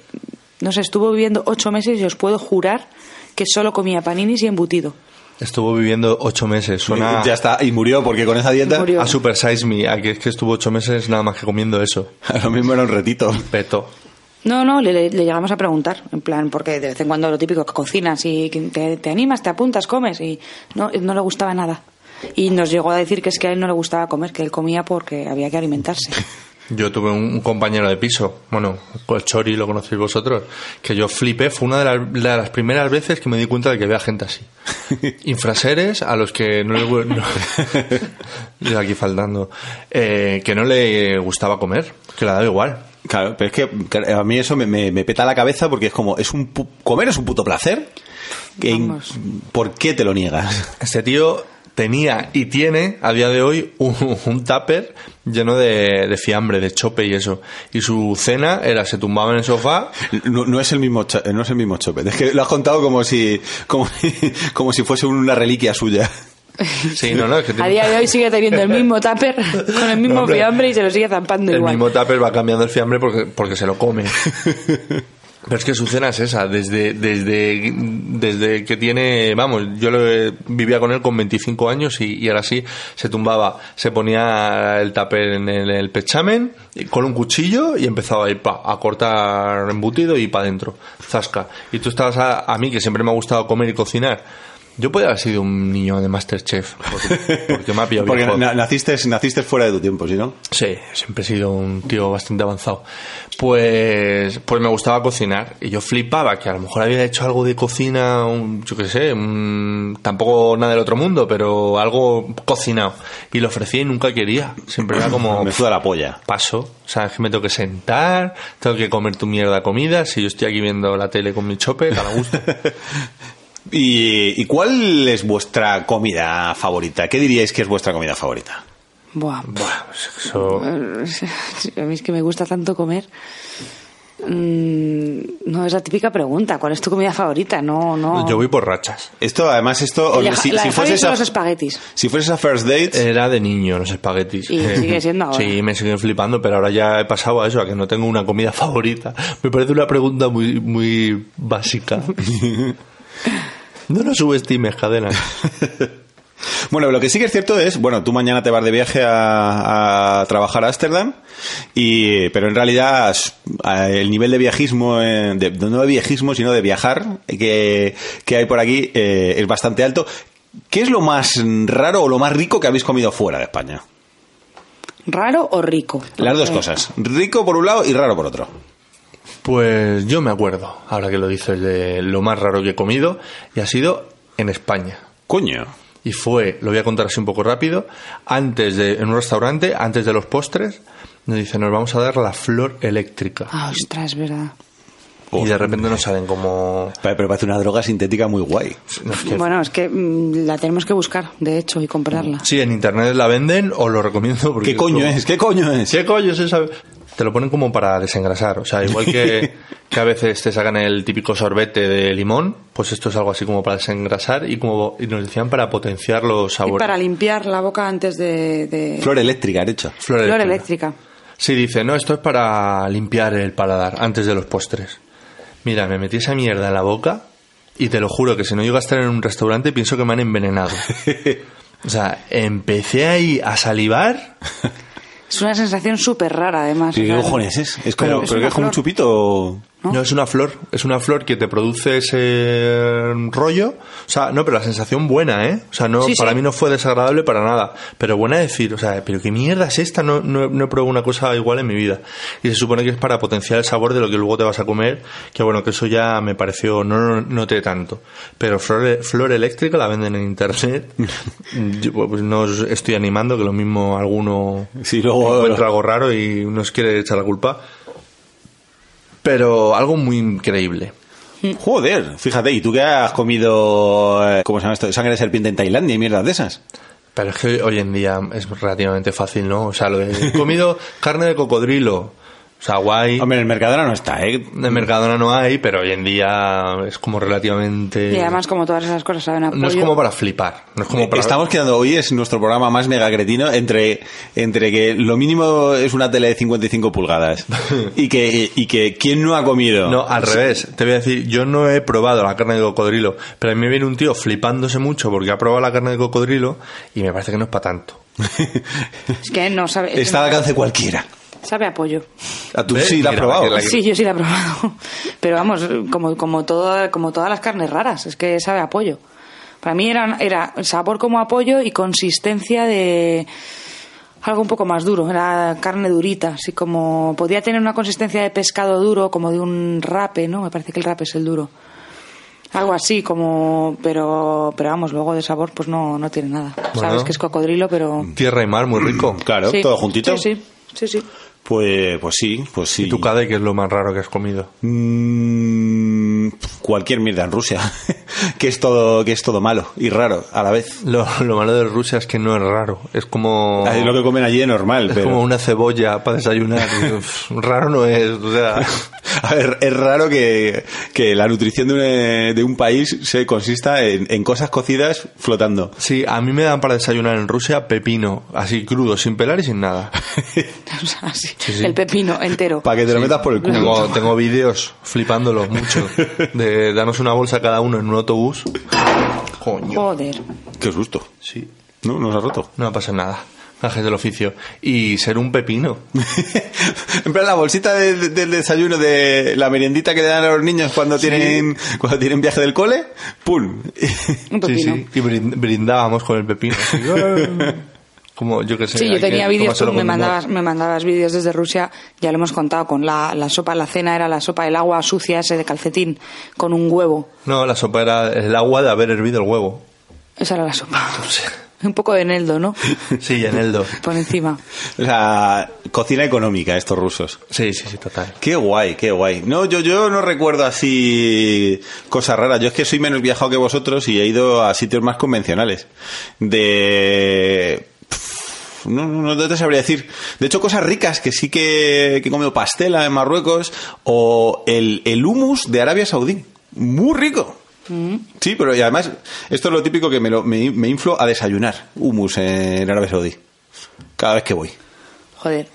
no sé, estuvo viviendo ocho meses y os puedo jurar que solo comía paninis y embutido.
Estuvo viviendo ocho meses. Suena
Ya está, y murió porque con esa dieta
Murió.
a Super Size Me. A que es que estuvo ocho meses nada más que comiendo eso.
a <laughs> lo mismo era un retito.
Peto.
No, no, le, le- le llegamos a preguntar, en plan, porque de vez en cuando lo típico que cocinas y que te, te animas, te apuntas, comes y no, no le gustaba nada. Y nos llegó a decir que es que a él no le gustaba comer, que él comía porque había que alimentarse.
Yo tuve un un compañero de piso, bueno, el Chori lo conocéis vosotros, que yo flipé, fue una de las, de las primeras veces que me di cuenta de que había gente así. Infraseres a los que no le gu- no- yo aquí faltando, eh, que no le gustaba comer, que le daba igual.
Claro, pero es que claro, a mí eso me, me- me peta la cabeza porque es como, es un pu- comer es un puto placer. Que-
Vamos.
¿Por qué te lo niegas? <laughs>
Este tío tenía y tiene a día de hoy un, un tupper lleno de, de fiambre, de chope y eso. Y su cena era, se tumbaba en el sofá
No, no es el mismo cho- no es el mismo chope. Es que lo has contado como si como, <laughs> como si fuese una reliquia suya.
Sí, no, no, es que
A
tiene-
día de hoy sigue teniendo el mismo tupper con el mismo
No, hombre.
fiambre y se lo sigue zampando
el
igual.
mismo tupper va cambiando el fiambre porque, porque se lo come. Pero es que su cena es esa, desde, desde, desde que tiene, vamos, yo lo, he- vivía con él con 25 años y, y ahora sí se tumbaba, se ponía el tupper en el, el pechamen y con un cuchillo y empezaba a ir pa, a cortar embutido y para adentro, zasca. Y tú estabas a, a mí, que siempre me ha gustado comer y cocinar. Yo podía haber sido un niño de Masterchef, porque, porque me ha
<laughs>
pillado
Porque
bien joven.
na- naciste naciste fuera de tu tiempo, ¿sí no?
Sí, siempre he sido un tío bastante avanzado. Pues, pues me gustaba cocinar y yo flipaba que a lo mejor había hecho algo de cocina, un- yo qué sé, un- tampoco nada del otro mundo, pero algo cocinado. Y lo ofrecía y nunca quería. Siempre era <coughs> como
Me suda la polla.
paso, o sea, es que me tengo que sentar, tengo que comer tu mierda de comida, si yo estoy aquí viendo la tele con mi chope, a gusto.
¿Y, y cuál es vuestra comida favorita? ¿Qué diríais que es vuestra comida favorita?
Buah,
<laughs> Buah, pues eso-
a mí es que me gusta tanto comer. Mm, No es la típica pregunta, ¿cuál es tu comida favorita? No, no.
Yo voy por rachas.
Esto, además, esto...
La-
si,
la
si fuese
de Javi son
esa,
los espaguetis.
si fuese esa first date...
Era de niño los espaguetis.
Y sigue siendo ahora.
<laughs> Sí, me siguen flipando, pero ahora ya he pasado a eso, a que no tengo una comida favorita. Me parece una pregunta muy, muy <laughs> básica. No lo subestimes, cadena.
Bueno, lo que sí que es cierto es, bueno, tú mañana te vas de viaje a, a trabajar a Ámsterdam, y, pero en realidad s- a- el nivel de viajismo, eh, de, de- no de viajismo, sino de viajar que, que hay por aquí eh, es bastante alto. ¿Qué es lo más raro o lo más rico que habéis comido fuera de España?
¿Raro o rico?
Las dos
Eh,
cosas. Rico por un lado y raro por otro.
<laughs> Pues yo me acuerdo, ahora que lo dices, de lo más raro que he comido, y ha sido en España.
Coño.
Y fue, lo voy a contar así un poco rápido, antes de, en un restaurante, antes de los postres, nos dice, nos vamos a dar la flor eléctrica.
Ah, ostras, es verdad.
y de repente nos salen como...
Pa- Pero parece una droga sintética muy guay.
no, es que-
Bueno, es que mm, la tenemos que buscar, de hecho, y comprarla.
Sí, en internet la venden o lo recomiendo. Porque
¿Qué coño es? ¿Qué coño es?
¿Qué coño es esa? Te lo ponen como para desengrasar. O sea, igual que, <laughs> que a veces te sacan el típico sorbete de limón, pues esto es algo así como para desengrasar y como y nos decían para potenciar los
Y
sabores.
para limpiar la boca antes de... de...
Flor eléctrica, de hecho.
Flor
flor
eléctrica.
eléctrica.
Sí, dice, no, esto es para limpiar el paladar antes de los postres. Mira, me metí esa mierda en la boca y te lo juro que si no llego a estar en un restaurante pienso que me han <laughs> envenenado. O sea, empecé ahí a salivar.
Es una sensación súper rara, además.
Sí, ¿Qué
claro.
cojones es? Es como,
Pero es
pero
una
que es como un
flor.
chupito.
¿No? es una flor, es una flor que te produce ese rollo. O sea, no, pero la sensación buena, ¿eh? O sea, no,
Sí, sí.
para mí no fue desagradable para nada. Pero buena decir, o sea, pero qué mierda es esta, no, no, he- no he probado una cosa igual en mi vida. Y se supone que es para potenciar el sabor de lo que luego te vas a comer, que bueno, que eso ya me pareció, no no noté tanto. Pero flor, flor eléctrica la venden en internet. Yo, pues no os estoy animando, que lo mismo alguno
Sí, luego-
encuentra algo raro y nos quiere echar la culpa pero algo muy increíble.
Joder, fíjate, ¿y tú qué has comido, eh, cómo se llama esto, sangre de serpiente en Tailandia y mierdas de esas?
Pero es que hoy en día es relativamente fácil, ¿no? O sea, lo de, <laughs> he comido carne de cocodrilo. O sea, guay.
Hombre, en el Mercadona no está, ¿eh?
De Mercadona no hay, pero hoy en día es como relativamente...
Y además, como todas esas cosas saben a
Eh, no es
pollo.
como para flipar. No es como para...
Estamos quedando hoy, es nuestro programa más megacretino, entre, entre que lo mínimo es una tele de 55
<laughs>
pulgadas y que, y que ¿quién no ha comido?
No, al revés. Te voy a decir, yo no he probado la carne de cocodrilo, pero a mí me viene un tío flipándose mucho porque ha probado la carne de cocodrilo y me parece que no es para
<laughs>
tanto.
Es que no sabe... es
<laughs>
que
Está al alcance cualquiera.
Sabe a pollo.
A tú
¿Ves?
sí la has
Mira,
probado.
Ah, la que-
Sí, yo sí la he probado. <laughs> Pero vamos, como, como, todo, como todas las carnes raras, es que sabe a pollo. Para mí era, era sabor como a pollo y consistencia de algo un poco más duro, era carne durita, así como podía tener una consistencia de pescado duro, como de un rape, ¿no? Me parece que el rape es el duro. Algo así, como, pero, pero vamos, luego de sabor, pues no, no tiene nada. Sabes que es cocodrilo, pero.
Tierra y mar, muy rico.
Claro,
Sí.
todo juntito.
Sí, sí, sí, sí. <laughs>
Pues, pues sí, pues sí.
¿Y tú, Cade, qué es lo más raro que has comido?
Mm, cualquier mierda en Rusia, <laughs> que es todo, que es todo malo y raro a la vez.
Lo, lo malo de Rusia es que no es raro. Es como.
Es lo que comen allí es normal,
es
pero
como una cebolla para desayunar. Uf, raro no es. O sea,
<laughs> a ver, es raro que, que la nutrición de un, eh, de un país se consista en, en cosas cocidas flotando.
sí, a mí me dan para desayunar en Rusia pepino, así crudo, sin pelar y sin nada.
O sea, sí.
sí.
El pepino entero.
Para que te lo metas por el culo.
Tengo, tengo vídeos flipándolos mucho de darnos una bolsa cada uno en un autobús. Coño.
Joder.
<laughs> Qué susto.
Sí,
No, nos ha roto.
no pasa nada. Gajes del oficio. Y ser un pepino.
<laughs> en plan, la bolsita de- de- del desayuno de la meriendita que le dan a los niños cuando tienen cuando tienen viaje del cole, ¡pum! <laughs>
Un
Sí,
pepino.
sí. Y brin- brindábamos con el
<laughs>
pepino. así, "Eh". Como yo que sé.
Sí,
hay
yo
que
tenía vídeos,
tomárselo
tú me
con humor.
mandabas, me mandabas vídeos desde Rusia, ya lo hemos contado, con la, la sopa, la cena era la sopa, el agua sucia ese de calcetín, con un huevo.
No, la sopa era el agua de haber hervido el huevo.
Esa era la sopa. <laughs> Un poco de eneldo, ¿no?
Sí, Eneldo.
Por encima.
o sea, cocina económica estos rusos.
Sí, sí, sí, total.
Qué guay, qué guay. No, yo, yo no recuerdo así cosas raras. Yo es que soy menos viajado que vosotros y he ido a sitios más convencionales. De... Pff, No, no, no te sabría decir. De hecho, cosas ricas que sí que, que he comido pastela en Marruecos o el, el hummus de Arabia Saudí. Muy rico. Sí, pero y además, esto es lo típico que me, lo, me, me inflo a desayunar hummus en Arabia Saudí. Cada vez que voy. <laughs>
Joder,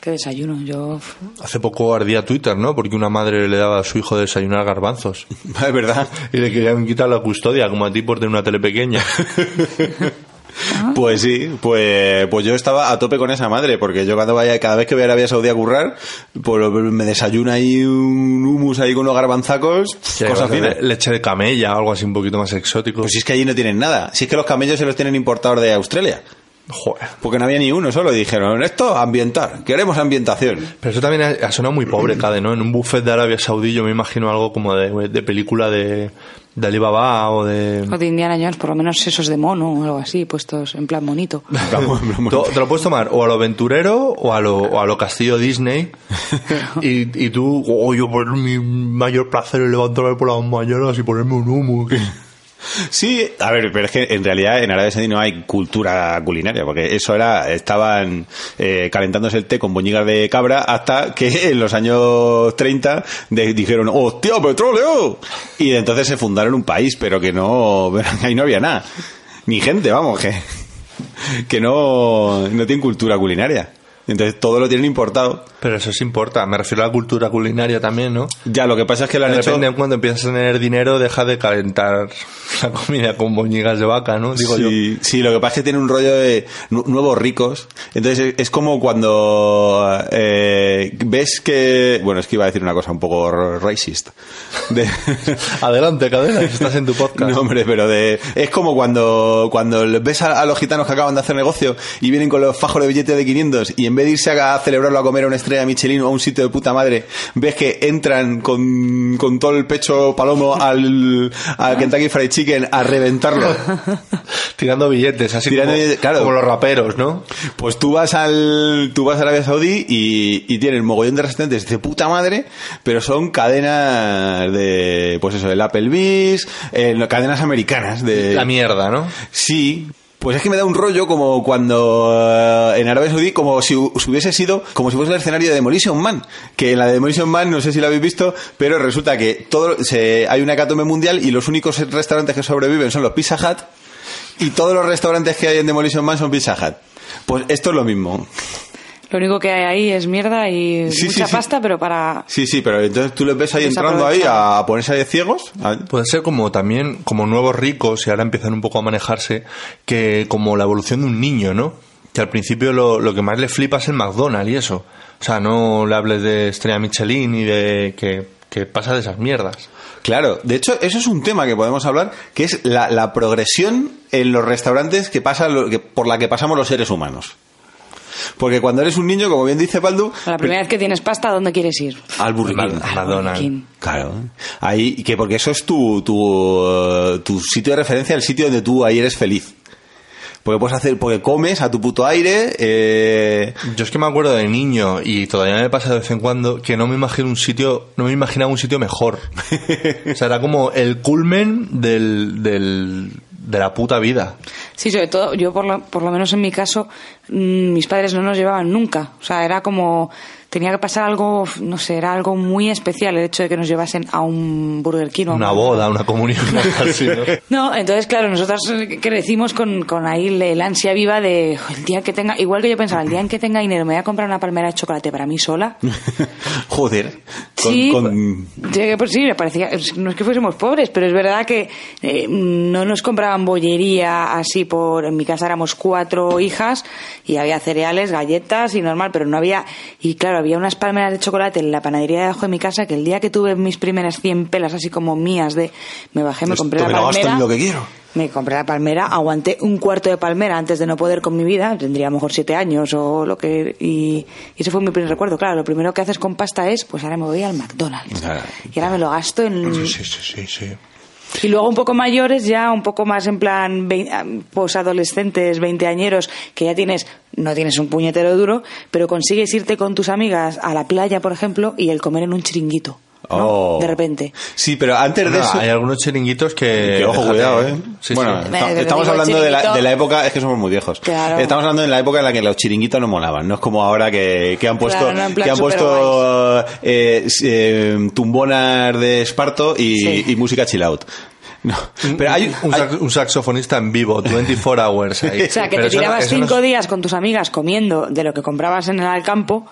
qué desayuno. Yo.
Hace poco ardía Twitter, ¿no? Porque una madre le daba a su hijo de desayunar garbanzos.
Es verdad.
Y le querían quitar la custodia, como a ti por tener una tele
<laughs>
pequeña.
Pues sí, pues, pues yo estaba a tope con esa madre, porque yo cuando vaya, cada vez que voy a Arabia Saudí a currar, pues me desayuno ahí un hummus ahí con unos garbanzacos,
Sí,
cosas
vas a
finas.
hacer leche de camella, algo así un poquito más exótico.
Pues si es que allí no tienen nada, si es que los camellos se los tienen importados de Australia,
Joder.
porque no había ni uno solo, y dijeron, esto, ambientar, queremos ambientación.
Pero eso también ha ha sonado muy pobre, Cade, ¿no? En un buffet de Arabia Saudí yo me imagino algo como de, de película de, de Alibaba o de...
O de Indiana Jones, por lo menos sesos de mono o algo así, puestos en plan
<laughs>
bonito.
To- Te lo puedes tomar o a lo aventurero o a lo, o a lo castillo Disney. Y, y tú, oh, yo por mi mayor placer es levantarme por las mañanas y ponerme
<laughs>
un humo.
Sí, a ver, pero es que en realidad en Arabia Saudí no hay cultura culinaria, porque eso era, estaban eh, calentándose el té con boñigas de cabra hasta que <laughs> en los años 30 de- dijeron, ¡hostia, petróleo! Y entonces se fundaron un país, pero que no, <laughs> pero ahí no había nada. Ni gente, vamos, que, <laughs> que no, no tiene cultura culinaria. Entonces todo lo tienen importado.
Pero eso sí importa, me refiero a la cultura culinaria también, ¿no?
Ya, lo que pasa es que lo han
De
hecho...
repente, cuando empiezas a tener dinero, deja de calentar la comida con boñigas de vaca, ¿no? Digo yo.
sí, sí, lo que pasa es que tiene un rollo de nu- nuevos ricos. Entonces es- es como cuando eh, ves que... Bueno, es que iba a decir una cosa un poco r- racist. De- <laughs>
Adelante, cadena, estás en tu podcast.
No, hombre, pero de... Es como cuando, cuando ves a, a los gitanos que acaban de hacer negocio y vienen con los fajos de billetes de 500 y en vez de irse a, a celebrarlo a comer a una estrella Michelin o a un sitio de puta madre, ves que entran con, con todo el pecho palomo al, al Kentucky Fried Chicken a reventarlo.
Tirando billetes, así
Tirando
como,
billetes, claro.
como los raperos, ¿no?
Pues tú vas al tú vas a Arabia Saudí y, y tienen mogollón de restaurantes de puta madre, pero son cadenas de pues eso, el Applebee's, eh, no, cadenas americanas de
La mierda, ¿no?
Sí. Pues es que me da un rollo como cuando eh, en Arabia Saudí, como si hu- hubiese sido, como si fuese el escenario de Demolition Man. Que en la de Demolition Man, no sé si lo habéis visto, pero resulta que todo, se, hay una hecatombe mundial y los únicos restaurantes que sobreviven son los Pizza Hut y todos los restaurantes que hay en Demolition Man son Pizza Hut. Pues esto es lo mismo.
Lo único que hay ahí es mierda y
Sí, sí,
mucha
sí.
pasta, pero para...
Sí, sí, pero entonces tú los ves ahí entrando ahí a, a ponerse ahí de ciegos. a-
Puede ser como también, como nuevos ricos, y ahora empiezan un poco a manejarse, que como la evolución de un niño, ¿no? Que al principio lo, lo que más le flipa es el McDonald's y eso. O sea, no le hables de estrella Michelin y de que, que pasa de esas mierdas.
Claro, de hecho, eso es un tema que podemos hablar, que es la, la progresión en los restaurantes que pasa lo- que- por la que pasamos los seres humanos. Porque cuando eres un niño, como bien dice Paldu,
La primera vez que tienes pasta, ¿a dónde quieres ir?
al Burger
Al-
King.
al McDonald's.
Burger King.
Claro, ahí y que porque eso es tu, tu, eh, tu sitio de referencia, el sitio donde tú ahí eres feliz. Porque puedes hacer, porque comes a tu puto aire. <laughs> eh,
Yo es que me acuerdo de niño, y todavía me pasa de vez en cuando, que no me imagino un sitio, no me imaginaba un sitio mejor. o sea, era como el culmen del, del, de la puta vida.
Sí, sobre todo, yo por lo, por lo menos en mi caso, mm, mis padres no nos llevaban nunca. O sea, era como, tenía que pasar algo, no sé, era algo muy especial el hecho de que nos llevasen a un Burger King. o a
Una
un-
boda, una comunión, <laughs> así, ¿no?
No, entonces, claro, nosotros eh, crecimos con, con ahí el- el ansia viva de, "Jo, el día que tenga, igual que yo pensaba, el día en que tenga dinero me voy a comprar una palmera de chocolate para mí sola.
joder. con-
Sí,
con-
sí, pues sí, me parecía, no es que fuésemos pobres, pero es verdad que eh, no nos compraban bollería así por, en mi casa éramos cuatro hijas y había cereales, galletas y normal, pero no había, y claro, había unas palmeras de chocolate en la panadería de abajo de mi casa que el día que tuve mis primeras 100 pelas así como mías de, me bajé, me
Esto
compré la
me lo gasto en
palmera.
lo que quiero.
Me compré la palmera, aguanté un cuarto de palmera antes de no poder con mi vida, tendría a lo mejor siete años o lo que... Y, y ese fue mi primer recuerdo, claro, lo primero que haces con pasta es, pues ahora me voy al McDonald's.
Claro.
Y ahora me lo gasto en...
Ah. Sí, sí, sí, sí.
Y luego un poco mayores, ya un poco más en plan ah, posadolescentes, veinteañeros, que ya tienes, no tienes un puñetero duro, pero consigues irte con tus amigas a la playa, por ejemplo, y el comer en un chiringuito. ¿no?
Oh.
De repente.
Sí, pero antes de
Ah,
eso.
hay algunos chiringuitos que...
Que ojo,
déjate-
cuidado, ¿eh?
Sí,
bueno,
sí.
esta-
Pero
estamos
digo,
hablando de la,
chiringuito.
de la época, es que somos muy viejos.
Claro.
Estamos hablando de la época en la que los chiringuitos no molaban, no es como ahora que, que han puesto,
Claro, no, en plan
que han puesto eh, s- eh, tumbonas de esparto y,
Sí.
y música chill out. No, pero hay,
un,
hay-
sax- un saxofonista en vivo, 24 hours
<laughs>
ahí.
O sea, que te tirabas cinco días con tus amigas comiendo de lo que comprabas en el campo,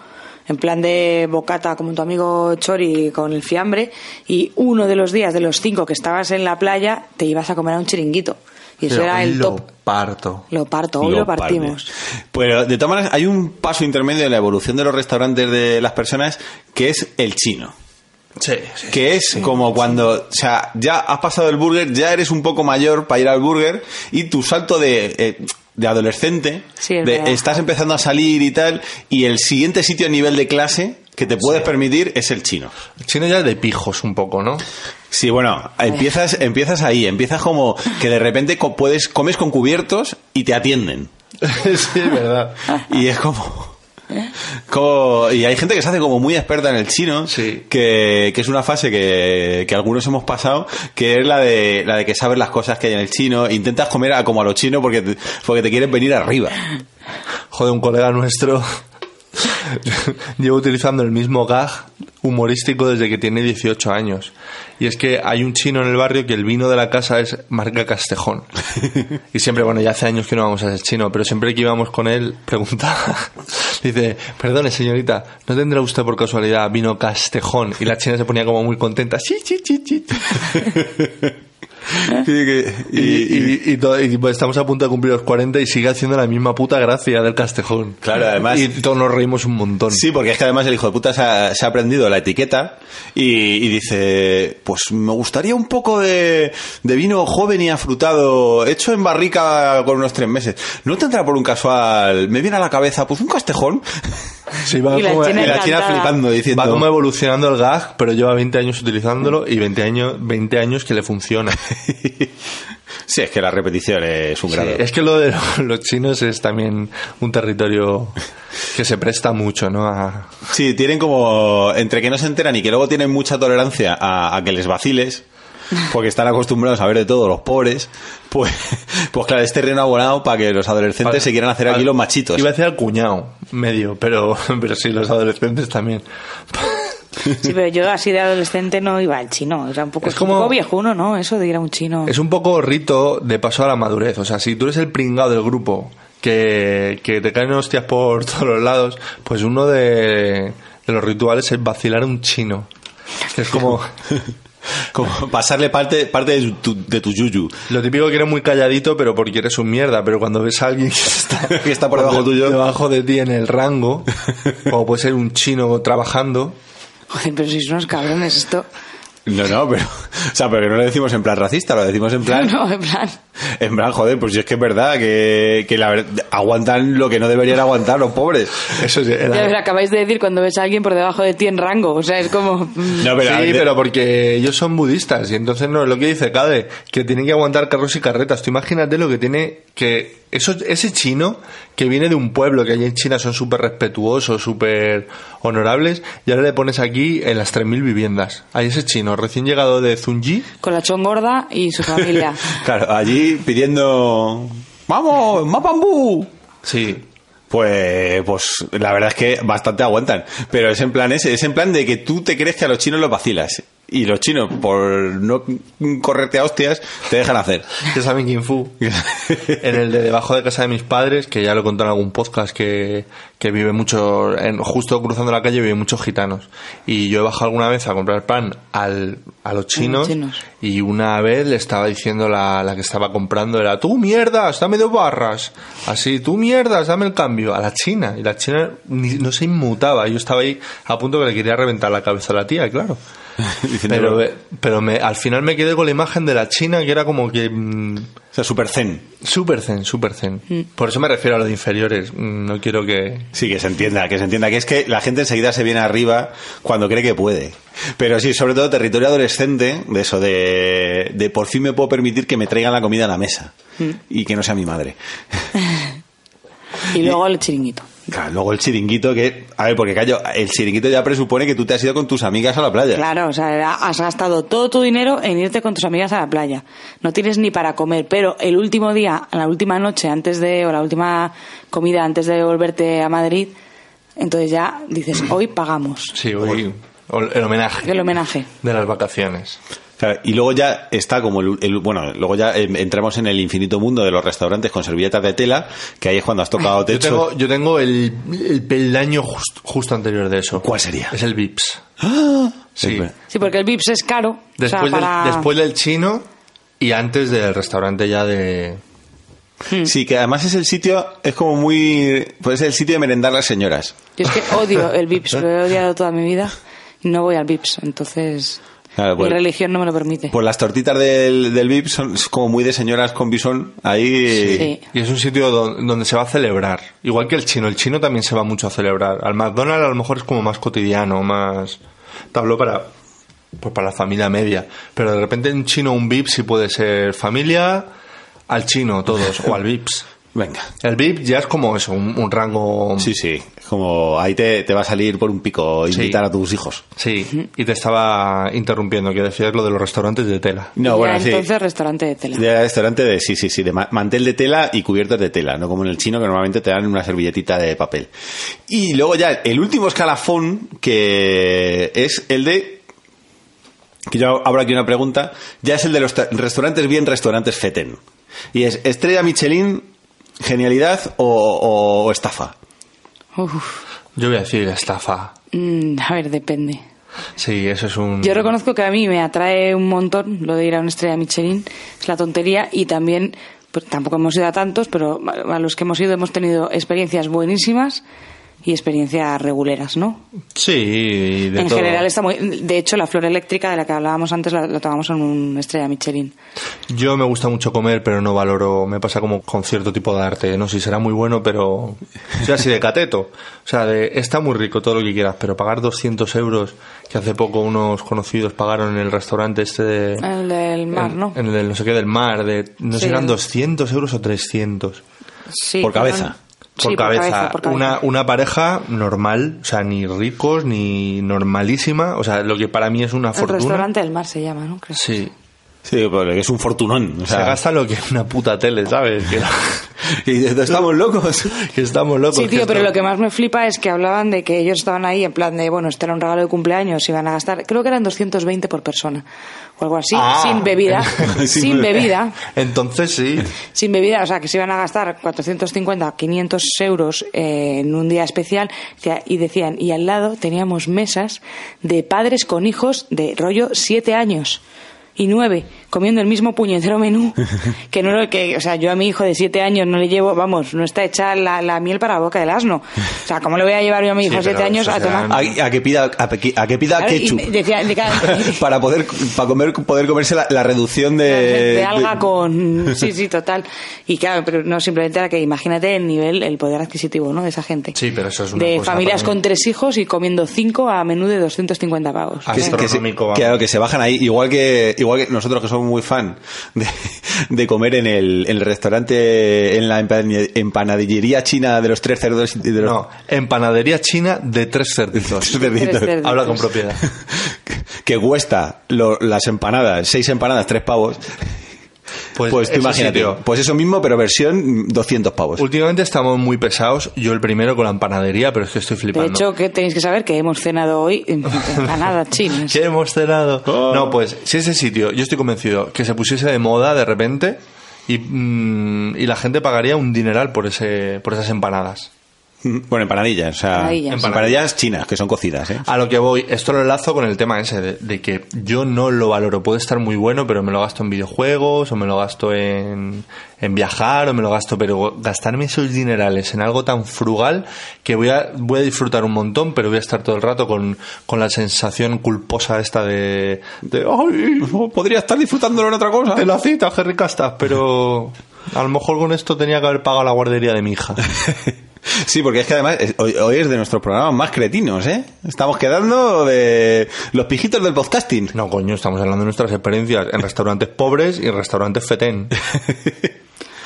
en plan de bocata como tu amigo Chori con el fiambre, y uno de los días de los cinco que estabas en la playa te ibas a comer a un chiringuito. Y eso era el
lo
top.
parto.
Lo parto, hoy lo,
parme.
partimos.
Pero Pues, de todas maneras, hay un paso intermedio en la evolución de los restaurantes de las personas que es el chino.
Sí, sí.
Que es como cuando, o sea, ya has pasado el burger, ya eres un poco mayor para ir al burger y tu salto de, eh, de adolescente,
Sí, es
de
verdad.
estás empezando a salir y tal, y el siguiente sitio a nivel de clase que te puedes permitir es el chino.
Chino ya de pijos un poco,
<laughs>
¿no?
Sí, bueno, empiezas, empiezas ahí, empiezas como que de repente co- puedes, comes con cubiertos y te atienden.
sí, es <laughs> verdad.
Y es como... como- y hay gente que se hace como muy experta en el chino,
Sí.
que, que es una fase que, que algunos hemos pasado, que es la de, la de que sabes las cosas que hay en el chino, intentas comer a, como a los chinos porque te, porque te quieren venir arriba.
Joder, un colega nuestro <laughs> lleva utilizando el mismo gag humorístico desde que tiene 18 años. Y es que hay un chino en el barrio que el vino de la casa es marca Castejón. Y siempre, bueno, ya hace años que no vamos a ese chino, pero siempre que íbamos con él, preguntaba. <laughs> Dice, perdone señorita, ¿no tendrá usted por casualidad vino Castejón? Y la china se ponía como muy contenta. Sí, sí, sí, sí. <laughs> Y, y- y to- y, pues, estamos a punto de cumplir los 40 y sigue haciendo la misma puta gracia del castejón.
Claro, además-
Y todos nos reímos un montón.
Sí, porque es que además el hijo de puta se ha, se ha aprendido la etiqueta y, y dice, pues me gustaría un poco de, de vino joven y afrutado, hecho en barrica con unos tres meses. ¿No tendrá por un casual, me viene a la cabeza, pues un castejón?
Sí, va
Y la
como-
china
y la china
encantada.
flipando diciendo...
va como evolucionando el gag, pero lleva 20 años utilizándolo y 20 años, 20 años que le funciona.
<laughs> sí, es que la repetición es un
Sí,
grado.
es que lo de lo- los chinos es también un territorio que se presta mucho, ¿no? A-
Sí, tienen como, entre que no se enteran y que luego tienen mucha tolerancia a, a que les vaciles, porque están acostumbrados a ver de todo los pobres, pues, <laughs> pues claro, es terreno abonado para que los adolescentes
al-
se quieran hacer
al-
aquí los machitos.
Iba a decir al cuñado, medio, pero, <laughs> pero sí, los adolescentes también.
Sí, pero yo así de adolescente no iba al chino. Era un poco,
Es como-
un poco viejuno, ¿no? Eso de ir a un chino.
Es un poco rito de paso a la madurez. O sea, si tú eres el pringado del grupo que, que te caen hostias por <laughs> todos los lados, pues uno de, de los rituales es vacilar a un chino. Que
<laughs>
es como
Como pasarle parte, parte de, tu, de tu yuyu.
lo típico que eres muy calladito, pero porque eres un mierda. Pero cuando ves a alguien que está,
<laughs> Que está por debajo tuyo.
debajo de ti en
<laughs>
el rango, como puede ser un chino trabajando,
Joder, pero sois unos cabrones esto.
No, no, pero. O sea, pero que no lo decimos en plan racista, lo decimos en
<laughs>
plan.
<laughs> No, en plan.
En plan, joder, pues si es que es verdad que, que la verdad- aguantan lo que no deberían aguantar los pobres.
eso sí,
Ya
era-
os acabáis de decir cuando ves a alguien por debajo de ti en rango. O sea, es como. mm,
No, pero.
sí, pero porque ellos son budistas y entonces no es lo que dice Cade, que tienen que aguantar carros y carretas. Tú imagínate lo que tiene que eso, ese chino que viene de un pueblo que allí en China son súper respetuosos, súper honorables, y ahora le pones aquí en las 3.000 viviendas. Hay ese chino recién llegado de Zunji.
Con la chongorda y su familia.
Claro, allí pidiendo. ¡Vamos! ¡Más bambú!
Sí.
Pues, pues la verdad es que bastante aguantan. Pero es en plan ese, es en plan de que tú te crees que a los chinos los vacilas. Y los chinos, por no correrte a hostias, te dejan hacer. <laughs>
Ya saben quién fu. En el de debajo de casa de mis padres, que ya lo conté en algún podcast, que, que vive mucho, en- justo cruzando la calle vive muchos gitanos. Y yo he bajado alguna vez a comprar pan al, a los chinos,
chinos.
y una vez le estaba diciendo la, la que estaba comprando, era, tú mierdas, dame dos barras. Así, tú mierdas, dame el cambio. A la china. Y la china ni- no se inmutaba. Yo estaba ahí a punto que le quería reventar la cabeza a la tía, claro.
Diciendo,
Pero,
o
eh, pero me, al final me quedé con la imagen de la china que era como que... mm,
sea, super zen.
Super zen, super zen.
Mm.
Por eso me refiero a los inferiores. Mm, No quiero que.
Sí, que se entienda, que se entienda. Que es que la gente enseguida se viene arriba cuando cree que puede. Pero sí, sobre todo territorio adolescente, de eso, de, de por fin me puedo permitir que me traigan la comida a la mesa.
Mm.
Y que no sea mi madre.
Y luego el chiringuito.
Claro, luego el chiringuito que... A ver, porque callo, el chiringuito ya presupone que tú te has ido con tus amigas a la playa.
Claro, o sea, era- has gastado todo tu dinero en irte con tus amigas a la playa. No tienes ni para comer, pero el último día, la última noche antes de, o la última comida antes de volverte a Madrid, entonces ya dices, hoy pagamos
Sí, hoy. ol- El homenaje.
el homenaje.
De las vacaciones.
Claro, y luego ya está como el, el- bueno, luego ya em, entramos en el infinito mundo de los restaurantes con servilletas de tela, que ahí es cuando has tocado
Yo
techo.
tengo, yo tengo el, el peldaño just- justo anterior de eso.
¿Cuál sería?
Es el Vips. Sí.
verdad.
Sí, porque el VIPS es caro. o sea,
Después, del-
para-
después del chino y antes del restaurante ya de.
Hmm.
Sí, que además es el sitio, es como muy, pues es el sitio de merendar las señoras.
Yo es que odio el VIPS, lo he odiado toda mi vida. y No voy al VIPS, entonces...
Claro, pues-
Mi religión no me lo permite.
Pues las tortitas del, del VIP son como muy de señoras con bisón. Ahí.
Sí.
Y es un sitio don- donde se va a celebrar. Igual que el chino. El chino también se va mucho a celebrar. Al McDonald's a lo mejor es como más cotidiano, más... Tablo para... Pues para la familia media. Pero de repente en chino un VIP sí puede ser familia al chino todos o al VIPs.
Venga.
El VIP ya es como eso, un, un rango...
Sí, sí. Como ahí te, te va a salir por un pico invitar a tus hijos.
Sí, y te estaba interrumpiendo, quiero decir lo de los restaurantes de tela.
No,
Ya,
bueno, sí.
entonces restaurante de tela.
De restaurante de, sí, sí, sí, de ma- mantel de tela y cubiertos de tela, no como en el chino que normalmente te dan una servilletita de papel. Y luego ya el último escalafón que es el de que yo abro aquí una pregunta, ya es el de los ta- restaurantes bien, restaurantes feten. Y es estrella Michelin, genialidad o, o- o estafa.
Uf.
Yo voy a decir estafa.
Mm, a ver, depende.
Sí, eso es un...
Yo reconozco que a mí me atrae un montón lo de ir a una estrella Michelin, es la tontería, y también, pues tampoco hemos ido a tantos, pero a a los que hemos ido hemos tenido experiencias buenísimas y experiencias reguleras, ¿no?
Sí, de
en
todo.
general está muy... De hecho, la flor eléctrica de la que hablábamos antes la, la tomamos en un estrella Michelin.
Yo me gusta mucho comer, pero no valoro, me pasa como con cierto tipo de arte, no sé si será muy bueno, pero soy así de cateto. O sea, de, está muy rico todo lo que quieras, pero pagar 200 euros, que hace poco unos conocidos pagaron en el restaurante este de...
El del mar,
en-
¿no?
En el del no sé qué del mar, de, no sé,
Sí.
eran 200 euros o 300.
Sí,
por
fueron-
cabeza.
Sí,
Por, cabeza.
por cabeza.
Una, una pareja normal, o sea, ni ricos, ni normalísima, o sea, lo que para mí es una
El
fortuna.
restaurante del mar se llama, ¿no? Creo.
Sí.
Sí, porque es un fortunón. o
Se
sea,
gasta lo que es una puta tele, ¿sabes? Que <laughs> la-
y dices,
<laughs>
estamos locos.
que estamos locos.
Sí, tío, pero
esto-
lo que más me flipa es que hablaban de que ellos estaban ahí en plan de, bueno, este era un regalo de cumpleaños, iban a gastar, creo que eran 220 por persona o algo así,
Ah.
sin bebida, <laughs> sin bebida,
<laughs> Entonces sí.
sin bebida, o sea, que se iban a gastar 450, 500 euros eh, en un día especial, decía- y decían, y al lado teníamos mesas de padres con hijos de rollo 7 años. Y nueve, comiendo el mismo puñetero menú, que no lo que, o sea, yo a mi hijo de siete años no le llevo, vamos, no está hecha la, la miel para la boca del asno. O sea, ¿cómo le voy a llevar yo a mi hijo de
pero
siete años
eso
a
será
tomar?
A, a que pida, a, que- a que pida
Claro, y
ketchup.
me decía- de cada-
<laughs> para poder para comer poder comerse la, la reducción de,
de alga
<laughs> de-
con sí sí total y claro pero no simplemente era que imagínate el nivel el poder adquisitivo no de esa gente
Sí, pero eso es una
de
cosa
familias
para mí.
con tres hijos y comiendo cinco a menú de 250 pavos
Ah,
que, se- que se,
Astronómico, vamos.
claro, que se bajan ahí igual que igual que nosotros que somos muy fan de, de comer en el, en el restaurante en la empana- empanadillería china de los tres cerdos y de los
No, empanadería china de
<laughs>
tres cerditos.
tres cerditos.
cerditos.
Habla con propiedad.
que cuesta lo- las empanadas seis empanadas tres pavos pues,
<laughs> Pues,
tú
ese
imagínate
sitio.
pues eso mismo pero versión 200 pavos
Últimamente estamos muy pesados. Yo el primero con la empanadería, pero es que estoy
de
flipando.
hecho que tenéis que saber que hemos cenado hoy
<laughs>
empanadas chinas
que hemos cenado. No, pues si ese sitio, yo estoy convencido que se pusiese de moda de repente y, mm, y la gente pagaría un dineral por ese por esas empanadas.
bueno empanadillas o sea
Empanadillas.
empanadillas chinas que son cocidas ¿eh? <laughs>
A lo que voy, esto lo enlazo con el tema ese de, de que yo no lo valoro. Puede estar muy bueno, pero me lo gasto en videojuegos, o me lo gasto en, en viajar, o me lo gasto, pero gastarme esos dinerales en algo tan frugal que voy a, voy a disfrutar un montón, pero voy a estar todo el rato con, con la sensación culposa esta de, de ¡ay!
podría estar disfrutándolo en otra cosa
Te la cita, qué rica estás, pero <laughs> a lo mejor con esto tenía que haber pagado la guardería de mi <laughs> hija.
Sí, porque es que además es- hoy, hoy es de nuestros programas más cretinos, ¿eh? Estamos quedando de los pijitos del podcasting.
No, coño, estamos hablando de nuestras experiencias en restaurantes pobres y en restaurantes fetén.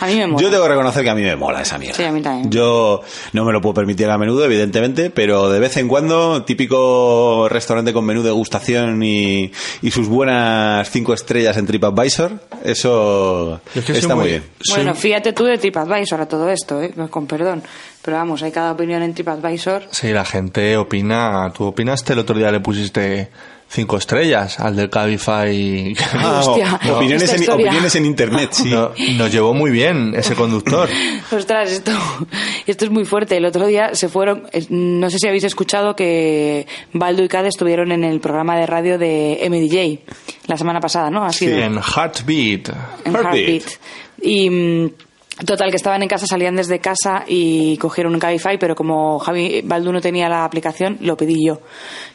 a mí me mola
Yo tengo que reconocer que a mí me mola esa mierda.
Sí, a mí también.
Yo no me lo puedo permitir a menudo, evidentemente, pero de vez en cuando, típico restaurante con menú degustación y, y sus buenas cinco estrellas en TripAdvisor, eso
Yo es que soy
está muy
muy-
bien.
bueno
soy-
fíjate tú de TripAdvisor a todo esto ¿eh? con perdón pero vamos hay cada opinión en TripAdvisor
Sí, la gente opina. Tú opinaste el otro día le pusiste cinco estrellas al del Cabify. <laughs>
Hostia,
o- opiniones,
esta
en,
historia.
opiniones en Ah,
<laughs>
internet, sí.
No, nos llevó muy bien ese conductor.
Ostras, esto, esto es muy fuerte. El otro día se fueron, eh, no sé si habéis escuchado que Baldo y Cade estuvieron en el programa de radio de MDJ la semana pasada, ¿no? Ha sido
En Heartbeat.
en
Heartbeat.
Heartbeat. Y mm, Total, que estaban en casa, salían desde casa y cogieron un Cabify, pero como Javi Baldu no tenía la aplicación, lo pedí yo.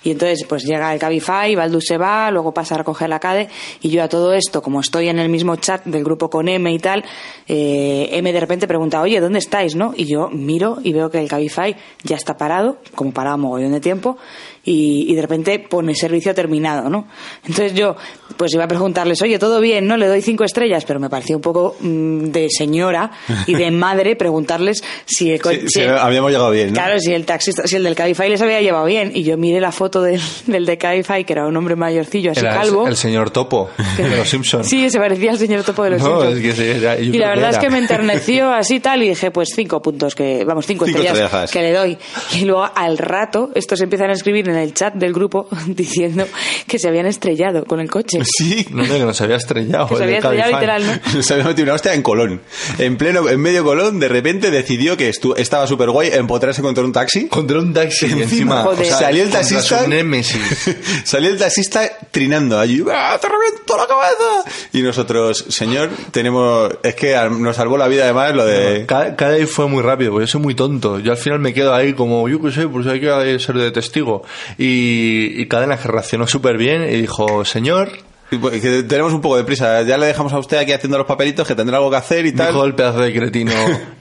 Y entonces, pues llega el Cabify, Baldu se va, luego pasa a recoger la CADE, y yo a todo esto, como estoy en el mismo chat del grupo con M y tal, eh, M de repente pregunta, oye, ¿dónde estáis? ¿no? Y yo miro y veo que el Cabify ya está parado, como parado mogollón de tiempo, y, y de repente pone servicio terminado, ¿no? Entonces yo, pues iba a preguntarles, oye, todo bien, ¿no? Le doy cinco estrellas, pero me pareció un poco mm, de señora y
<laughs>
de madre preguntarles si el co-
Sí,
si
sí,
el-
habíamos llegado bien, ¿no? <laughs>
Claro, si el taxista, si el del Cabify les había llevado bien. Y yo miré la foto del, del de Cabify, que era un hombre mayorcillo, así
Era el-
calvo.
El, señor
<laughs>
Topo de los Simpsons.
Sí, se parecía al señor Topo de los
No,
Simpsons.
es que sí, era- yo
y
creo
la
que
verdad es
era.
que me
<laughs>
enterneció así tal y dije, pues cinco puntos, que vamos, cinco,
Cinco estrellas.
que le doy. Y luego al rato, estos empiezan a escribir en el chat del grupo <laughs> diciendo que se habían estrellado con el coche.
Sí,
No, no, que nos había estrellado.
Que se
el
había estrellado
Cabify.
literal, ¿no?
Nos había metido una hostia en Colón. En pleno, en medio Colón, de repente decidió que estu- estaba súper guay empotrarse contra un taxi.
Contra un taxi encima.
Encima,
Joder.
salió el
contra
taxista.
su némesis.
<laughs> salió el taxista trinando allí. ¡Ah, ¡Te reviento la cabeza! Y nosotros, señor, tenemos. Es que al- nos salvó la vida además lo de.
Cada, cada vez fue muy rápido, porque yo soy muy tonto. Yo al final me quedo ahí como, yo qué sé, pues hay que ser de testigo. Y, y Cadena que reaccionó súper bien y dijo, señor,
que tenemos un poco de prisa. Ya le dejamos a usted aquí haciendo los papelitos que tendrá algo que hacer y tal.
dijo el pedazo de cretino,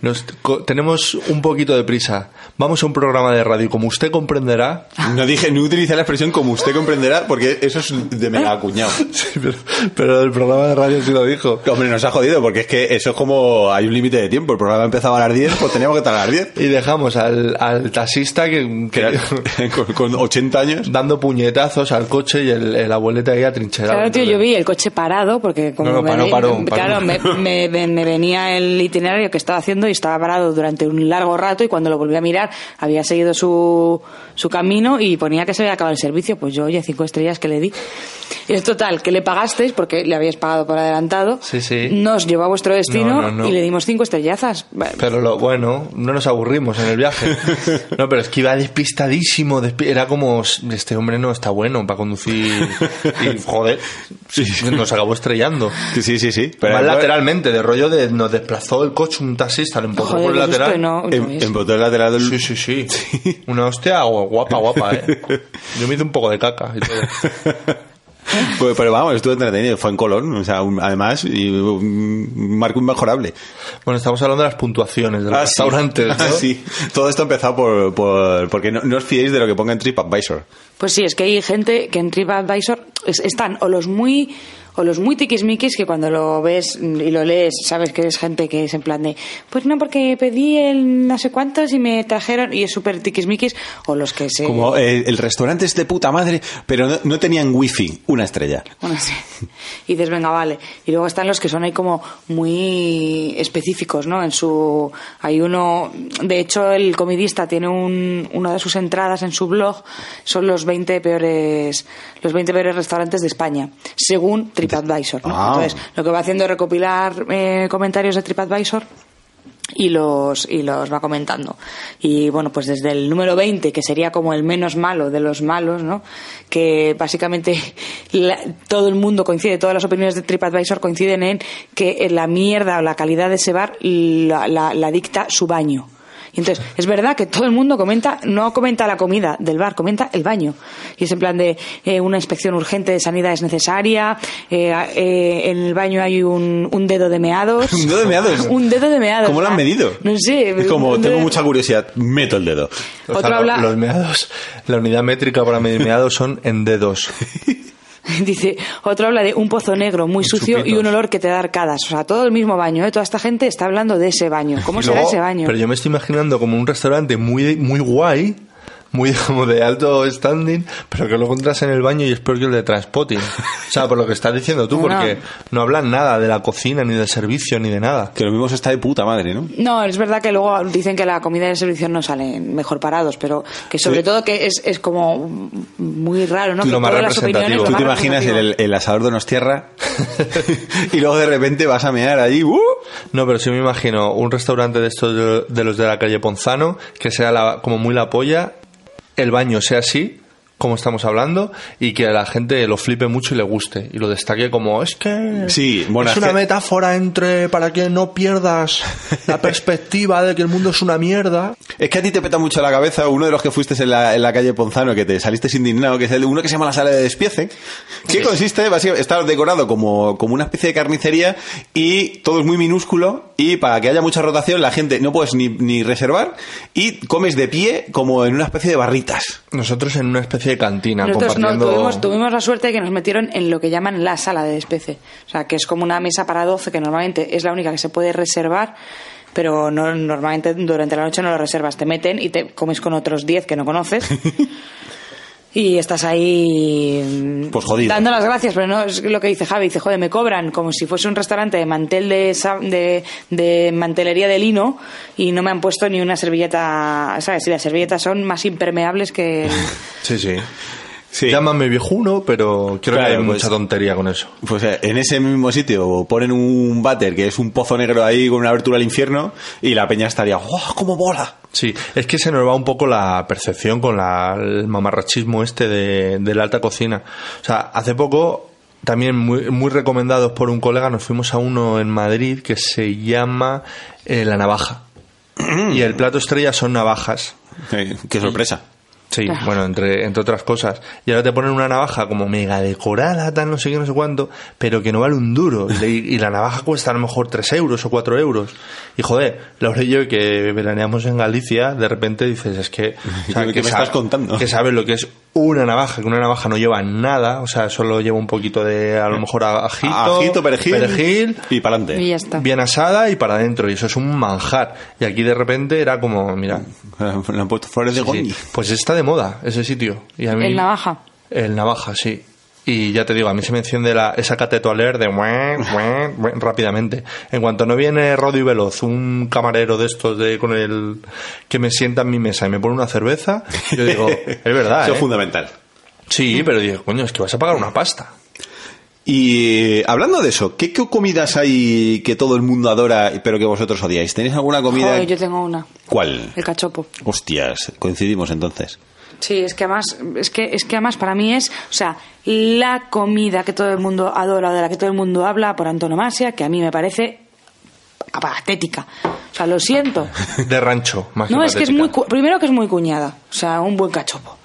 "Nos- co- tenemos un poquito de prisa. Vamos a un programa de radio, como usted comprenderá.
No dije, no utilicé la expresión como usted comprenderá, porque eso es de mega cuñado.
<laughs> Sí, pero, pero el programa de radio sí lo dijo.
Hombre, nos ha jodido, porque es que eso es como. Hay un límite de tiempo. El programa empezaba a las 10, pues teníamos que estar a las 10.
Y dejamos al, al taxista que,
Que
que-
era- <laughs> con, con 80 años.
dando puñetazos al coche y el, el abuelete ahí atrincherado.
Claro, tío, yo vi el coche parado porque como
No, no,
me
paró,
ve-
paró, paró.
claro,
<laughs>
me- Me, me- me venía el itinerario que estaba haciendo y estaba parado durante un largo rato y cuando lo volví a mirar había seguido su, su camino y ponía que se había acabado el servicio, pues yo, oye, cinco estrellas que le di. Y es total, que le pagasteis porque le habíais pagado por adelantado,
Sí, sí.
nos llevó a vuestro destino
No, no, no.
y le dimos cinco estrellazas. Va-
Pero lo bueno, no nos aburrimos en
<laughs>
el viaje. No, pero es que iba despistadísimo. despi- era como, este hombre no está bueno para conducir.
<laughs>
Y joder, nos acabó estrellando.
Sí, sí, sí.
Más
en-
lateralmente, de rollo de nos desplazó el coche un taxista, lo empujó
Joder,
por el
qué susto,
lateral.
no, no
En,
es.
en botón lateral del-
Sí, sí,
<laughs>
sí, Una hostia gu- guapa, guapa, eh. Yo me hice un poco de caca y todo.
Pues, pero vamos, estuvo entretenido. Fue en Colón, o sea, un- además, y un un marco inmejorable.
Bueno, estamos hablando de las puntuaciones de los
Ah, sí.
restaurantes, ¿no?
Ah, sí. Todo esto empezado por, por- porque no, no os fiéis de lo que ponga en TripAdvisor.
Pues sí, es que hay gente que en TripAdvisor es- están o los muy o los muy tiquismiquis que cuando lo ves mm, y lo lees sabes que es gente que es en plan de pues no porque pedí el no sé cuántos y me trajeron y es súper tiquismiquis o los que se
Como eh, el restaurante es de puta madre, pero no, no tenían wifi, una estrella.
Bueno, sí. Y dices, venga, vale. Y luego están los que son ahí como muy específicos, ¿no? En su. Hay uno. De hecho, el comidista tiene un, una de sus entradas en su blog. Son los 20 peores. Los 20 peores restaurantes de España. Según TripAdvisor, ¿no?
Ah.
Entonces, lo que va haciendo es recopilar eh, comentarios de TripAdvisor y los y los va comentando y bueno pues desde el número 20 que sería como el menos malo de los malos no que básicamente <laughs> la- todo el mundo coincide todas las opiniones de TripAdvisor coinciden en que la mierda o la calidad de ese bar la, la- la dicta su baño y entonces, es verdad que todo el mundo comenta, no comenta la comida del bar, comenta el baño. Y es en plan de eh, una inspección urgente de sanidad es necesaria, eh, a- eh, en el baño hay un, un dedo de
<laughs>
meados.
Un dedo de meados.
Un dedo de meados.
¿Cómo lo han
Ah,
medido?
No sé.
Es como,
un
tengo
dedo-
mucha curiosidad, meto el dedo.
O
Otro
sea, lo-
habla-
Los meados, la unidad métrica para medir meados son
<laughs>
en dedos.
<laughs> Dice, otro habla de un pozo negro muy sucio y
chupitos.
un olor que te da arcadas. O sea, todo el mismo baño, ¿eh? Toda esta gente está hablando de ese baño. ¿Cómo
Y
será
luego-
ese baño?
Pero yo me estoy imaginando como un restaurante muy, muy guay, muy <laughs> como de alto standing, pero que luego entras en el baño y es peor que el de Transpotting. O sea, por lo que estás diciendo tú,
<laughs> No, no.
porque no hablan nada de la cocina, ni del servicio, ni
<laughs>
de nada.
Que lo mismo se está de puta madre, ¿no?
No, es verdad que luego dicen que la comida y el servicio no salen mejor parados, pero que sobre
Sí.
todo que es, es como muy raro, ¿no?
Lo
Que
más
todas las opiniones,
representativo.
lo
¿Tú
más
te imaginas
representativo.
el, el asador de Nostierra? y luego de repente vas a mear allí, ¡uh!
No, pero sí me imagino un restaurante de estos de, de los de la calle Ponzano, que sea la- como muy la polla, el baño sea así, como estamos hablando y que a la gente lo flipe mucho y le guste y lo destaque como es que
Sí, bueno,
es
es
una
que-
metáfora entre para que no pierdas <laughs> la perspectiva de que el mundo es una mierda
Es que a ti te peta mucho la cabeza uno de los que fuiste en la, en la calle Ponzano, que te saliste indignado, que es el, uno que se llama la sala de despiece, que consiste, básicamente, está decorado como, como una especie de carnicería y todo es muy minúsculo y para que haya mucha rotación la gente no puedes ni, ni reservar y comes de pie como en una especie de barritas.
nosotros en una especie de cantina
Nosotros no,
compartiendo
tuvimos, tuvimos la suerte de que nos metieron en lo que llaman la sala de despece. O sea, que es como una mesa para 12, que normalmente es la única que se puede reservar, pero no, normalmente durante la noche no lo reservas. Te meten y te comes con otros 10 que
<laughs>
no conoces. Y estás ahí mm,
Pues jodido.
dando las gracias, pero no es lo que dice Javi, dice, joder, me cobran como si fuese un restaurante de mantel de, sa- de, de mantelería de lino y no me han puesto ni una servilleta, ¿sabes? Y las servilletas son más impermeables que... el-
sí sí
Sí.
Llámame viejuno, pero
Claro,
quiero que haya
pues-
mucha tontería con eso.
Pues eh, en ese mismo sitio ponen un váter que es un pozo negro ahí con una abertura al infierno y la peña estaría, ¡guau! ¡Cómo bola!
Sí, es que se nos va un poco la percepción con la- el mamarrachismo este de, de la alta cocina. O sea, hace poco, también muy, muy recomendados por un colega, nos fuimos a uno en Madrid que se llama eh, La Navaja. Y el plato estrella son navajas.
Eh, ¡Qué sorpresa!
Sí, bueno, entre, entre otras cosas. Y ahora te ponen una navaja como mega decorada, tal, no sé qué, no sé cuánto, pero que no vale un duro. Y, y la navaja cuesta a lo mejor 3 euros o 4 euros. Y joder, Laura y yo que veraneamos en Galicia, de repente dices,
<laughs>
es que... o
¿Qué me
sab-
estás contando?
Que sabes lo que es una navaja, que una navaja no lleva nada, o sea, solo lleva un poquito de, a lo mejor, ajito,
Ajito, perejil,
perejil
y para adelante.
Y
<laughs>
ya está.
bien asada y para adentro. Y eso es un manjar. Y aquí de repente era como, mira...
<laughs> Le han puesto flores de
Sí,
goñi.
sí. Pues está de moda ese sitio. Y a mí-
El navaja.
El navaja, sí. Y ya te digo, a mí se me enciende la, esa catetoaler de mueh, mueh, mueh, rápidamente. En cuanto no viene Roddy Veloz, un camarero de estos de con el que me sienta en mi mesa y me pone una cerveza,
<laughs>
yo digo, es verdad.
Eso es
¿eh?
fundamental.
Sí, pero digo, coño, es que vas a pagar una pasta.
Y eh, hablando de eso, ¿qué, qué comidas hay que todo el mundo adora pero que vosotros odiáis? ¿Tenéis alguna comida?
Joder, yo tengo una,
¿Cuál?
el cachopo.
Hostias, coincidimos entonces.
Sí, es que además, es que, es que además para mí es, o sea, la comida que todo el mundo adora, de la que todo el mundo habla por antonomasia, que a mí me parece patética. O sea,
<laughs>
lo siento.
De rancho, más
No, es que es muy
patética.
cu- primero que es muy cuñada, o sea, un buen cachopo.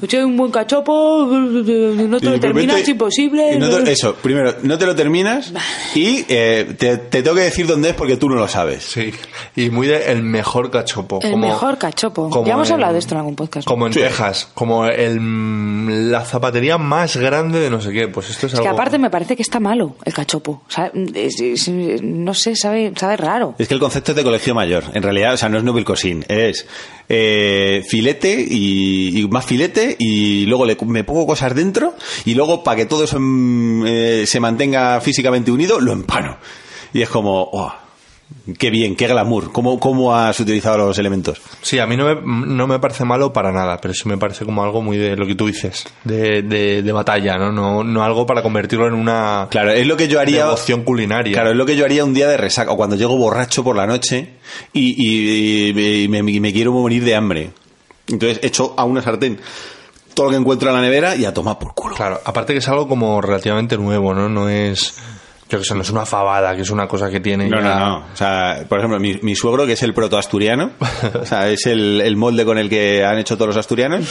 Usted un buen cachopo, no te lo terminas, es imposible.
Y no te- eso, primero, no te lo terminas y eh, te, te tengo que decir dónde es porque tú no lo sabes.
Sí, y muy de el mejor cachopo.
El mejor cachopo. Ya hemos hablado de esto en algún podcast.
Como en
Sí.
Texas, como el, mm, la zapatería más grande de no sé qué. Pues esto es,
Es
algo.
que aparte me parece que está malo el cachopo. O sea, es- es- no sé, sabe, sabe raro.
Es que el concepto es de colegio mayor. En realidad, o sea, no es noble cosín. Es eh, filete y, y más filete y luego le, me pongo cosas dentro y luego para que todo eso mm, eh, se mantenga físicamente unido, lo empano. Y es como, oh, qué bien, qué glamour. ¿Cómo, cómo has utilizado los elementos?
Sí, a mí no me, no me parece malo para nada, pero sí me parece como algo muy de lo que tú dices, de, de, de batalla, ¿no? ¿no? No algo para convertirlo en una
Claro, es lo que yo haría.
devoción culinaria.
Claro, es lo que yo haría un día de resaca, o cuando llego borracho por la noche y, y- y- y me, y me quiero morir de hambre. Entonces echo a una sartén todo lo que encuentro en la nevera y a tomar por culo.
Claro, aparte que es algo como relativamente nuevo, ¿no? No es, yo que sé, no es una fabada, que es una cosa que tiene
No,
ya-
no, no. O sea, por ejemplo, mi, mi suegro, que es el protoasturiano, o sea, es el, el molde con el que han hecho todos los <laughs> asturianos,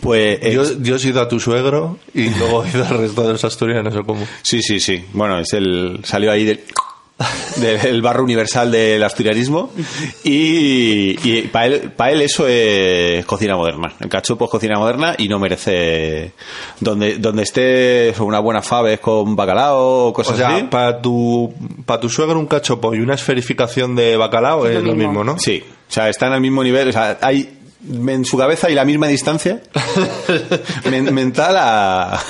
pues... eh,
Dios, Dios hizo a tu suegro y luego hizo al resto de los asturianos, ¿o cómo?
Sí, sí, sí. Bueno, es el salió ahí del del barro universal del asturianismo y, para él, pa' él eso es cocina moderna el cachopo es cocina moderna y no merece donde donde esté eso, una buena faves con bacalao o
O
cosas así
sea, para tu, para tu suegro un cachopo y una esferificación de bacalao
Es
es
lo
lo
mismo.
mismo, ¿no?
sí o sea están al mismo nivel o sea hay en su cabeza hay la misma
<laughs>
distancia men- mental a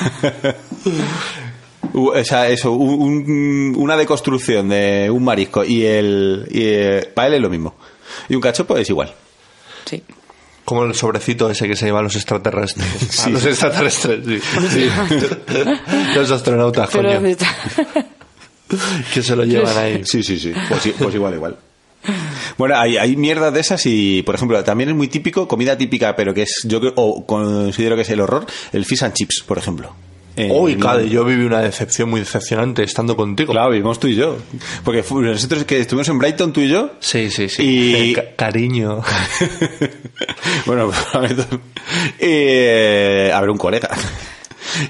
<laughs> U- O sea, eso, un- un- una deconstrucción de un marisco y el. Y, eh, para él es lo mismo. Y un cachopo es igual.
Sí.
Como el sobrecito ese que se lleva a los <laughs> extraterrestres. A los extraterrestres,
<laughs>
sí. <laughs> los astronautas,
Pero
<laughs>
coño. Que se lo llevan ahí.
Sí, sí, sí. Pues, i- pues igual, igual. Bueno, hay, hay mierda de esas y, por ejemplo, también es muy típico, comida típica, pero que es, yo creo- o considero que es el horror, el fish and chips, por ejemplo. En-
Uy, Cade, yo viví una decepción muy decepcionante estando contigo.
Claro, vivimos tú y yo. Porque fu- nosotros que estuvimos en Brighton, tú y yo. <laughs>
Sí, sí, sí.
Y-
Ca- <laughs> cariño.
bueno, <laughs> probablemente. Eh, a ver, un colega.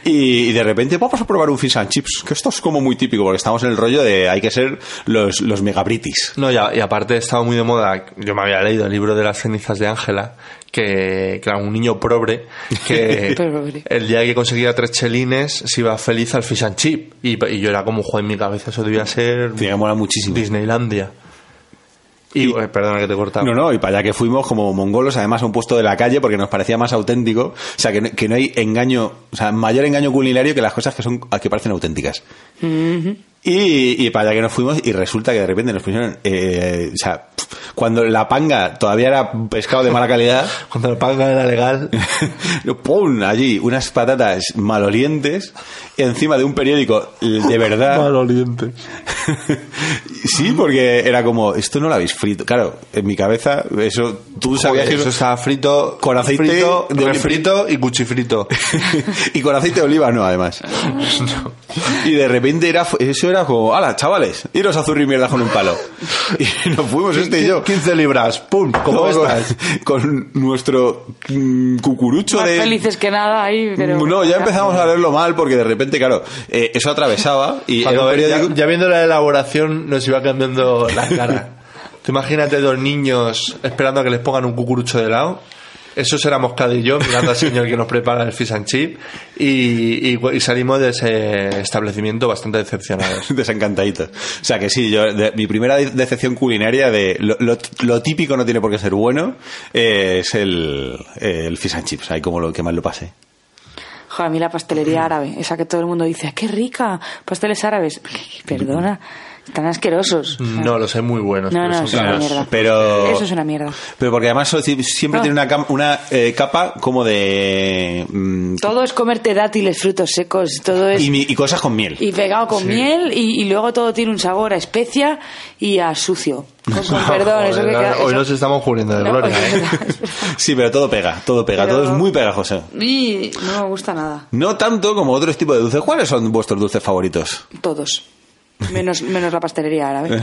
Y, y de repente vamos a probar un fish and chips, que esto es como muy típico, porque estamos en el rollo de hay que ser los, los megabritis.
No, y, a- y aparte estaba muy de moda, yo me había leído el libro de las cenizas de Ángela, que, que era un niño pobre, que
Pobre.
el día que conseguía tres chelines se iba feliz al fish and chip. Y, y yo era como, joder, en mi cabeza eso debía ser
Tenía que molar muchísimo.
Disneylandia. Y, eh, perdona que te he cortado.
No, no, y para allá que fuimos como mongolos, además a un puesto de la calle porque nos parecía más auténtico. O sea, que no, que no hay engaño, o sea, mayor engaño culinario que las cosas que son que parecen auténticas. y, y para allá que nos fuimos y resulta que de repente nos pusieron, eh, o sea, pf, cuando la panga todavía era pescado de mala calidad, <laughs>
Cuando la paga era legal.
¡pum! allí unas patatas malolientes encima de un periódico de verdad.
Maloliente.
<laughs> Sí, porque era como, esto no lo habéis frito. Claro, en mi cabeza, eso, tú sabías
Joder,
que
eso estaba frito,
Con aceite
frito,
de-
refrito y cuchifrito.
<laughs> y con aceite de oliva no,
<laughs>
además. Y de repente era, eso era como, ala, chavales, iros a zurrir mierda con un palo. <laughs> Y nos fuimos este y yo.
15 libras, pum,
Como
como estas.
con, <laughs> con nuestro mm, cucurucho
Más
de...
felices que nada ahí, pero...
No, ya empezamos a leerlo mal porque de repente, claro, eh, eso atravesaba y era un
Cuando ya,
periódico-
ya viendo la elaboración nos iba cambiando
<laughs>
la cara. Tú imagínate dos niños esperando a que les pongan un cucurucho de lado. Esos éramos Cad y yo, mirando al señor que nos prepara el fish and chip. Y, y- y salimos de ese establecimiento
<laughs>
bastante decepcionados.
desencantaditos. O sea que sí, yo, de- mi primera de- decepción culinaria de lo, lo- lo típico no tiene por qué ser bueno eh, es el, eh, el fish and chips, ahí como lo que más lo pasé.
Joder, a mí la pastelería árabe, esa que todo el mundo dice, "Ah, ¡qué rica! Pasteles árabes. Perdona, están asquerosos.
Mm. No, los hay muy buenos.
No,
pero
no,
son
eso es una
caros,
mierda.
pero-
Eso es una mierda.
Pero porque además eso sí- siempre
Ah.
tiene una, cam- una eh, capa como de... mm,
Todo es comerte dátiles, frutos secos, todo es...
y, mi- y cosas con miel.
y pegado con miel y, y luego todo tiene un sabor a especia y a sucio. Con, con perdón, eso que
Joder,
queda-
Hoy
eso-
nos estamos cubriendo de
No,
gloria.
oye,
¿eh?
<laughs> es verdad, es verdad.
<laughs> Sí, pero todo pega, todo pega,
Pero-
todo es muy pegajoso.
Y no me gusta nada.
No tanto como otros tipos de dulces. ¿Cuáles son vuestros dulces favoritos?
Todos. Menos, menos la pastelería árabe.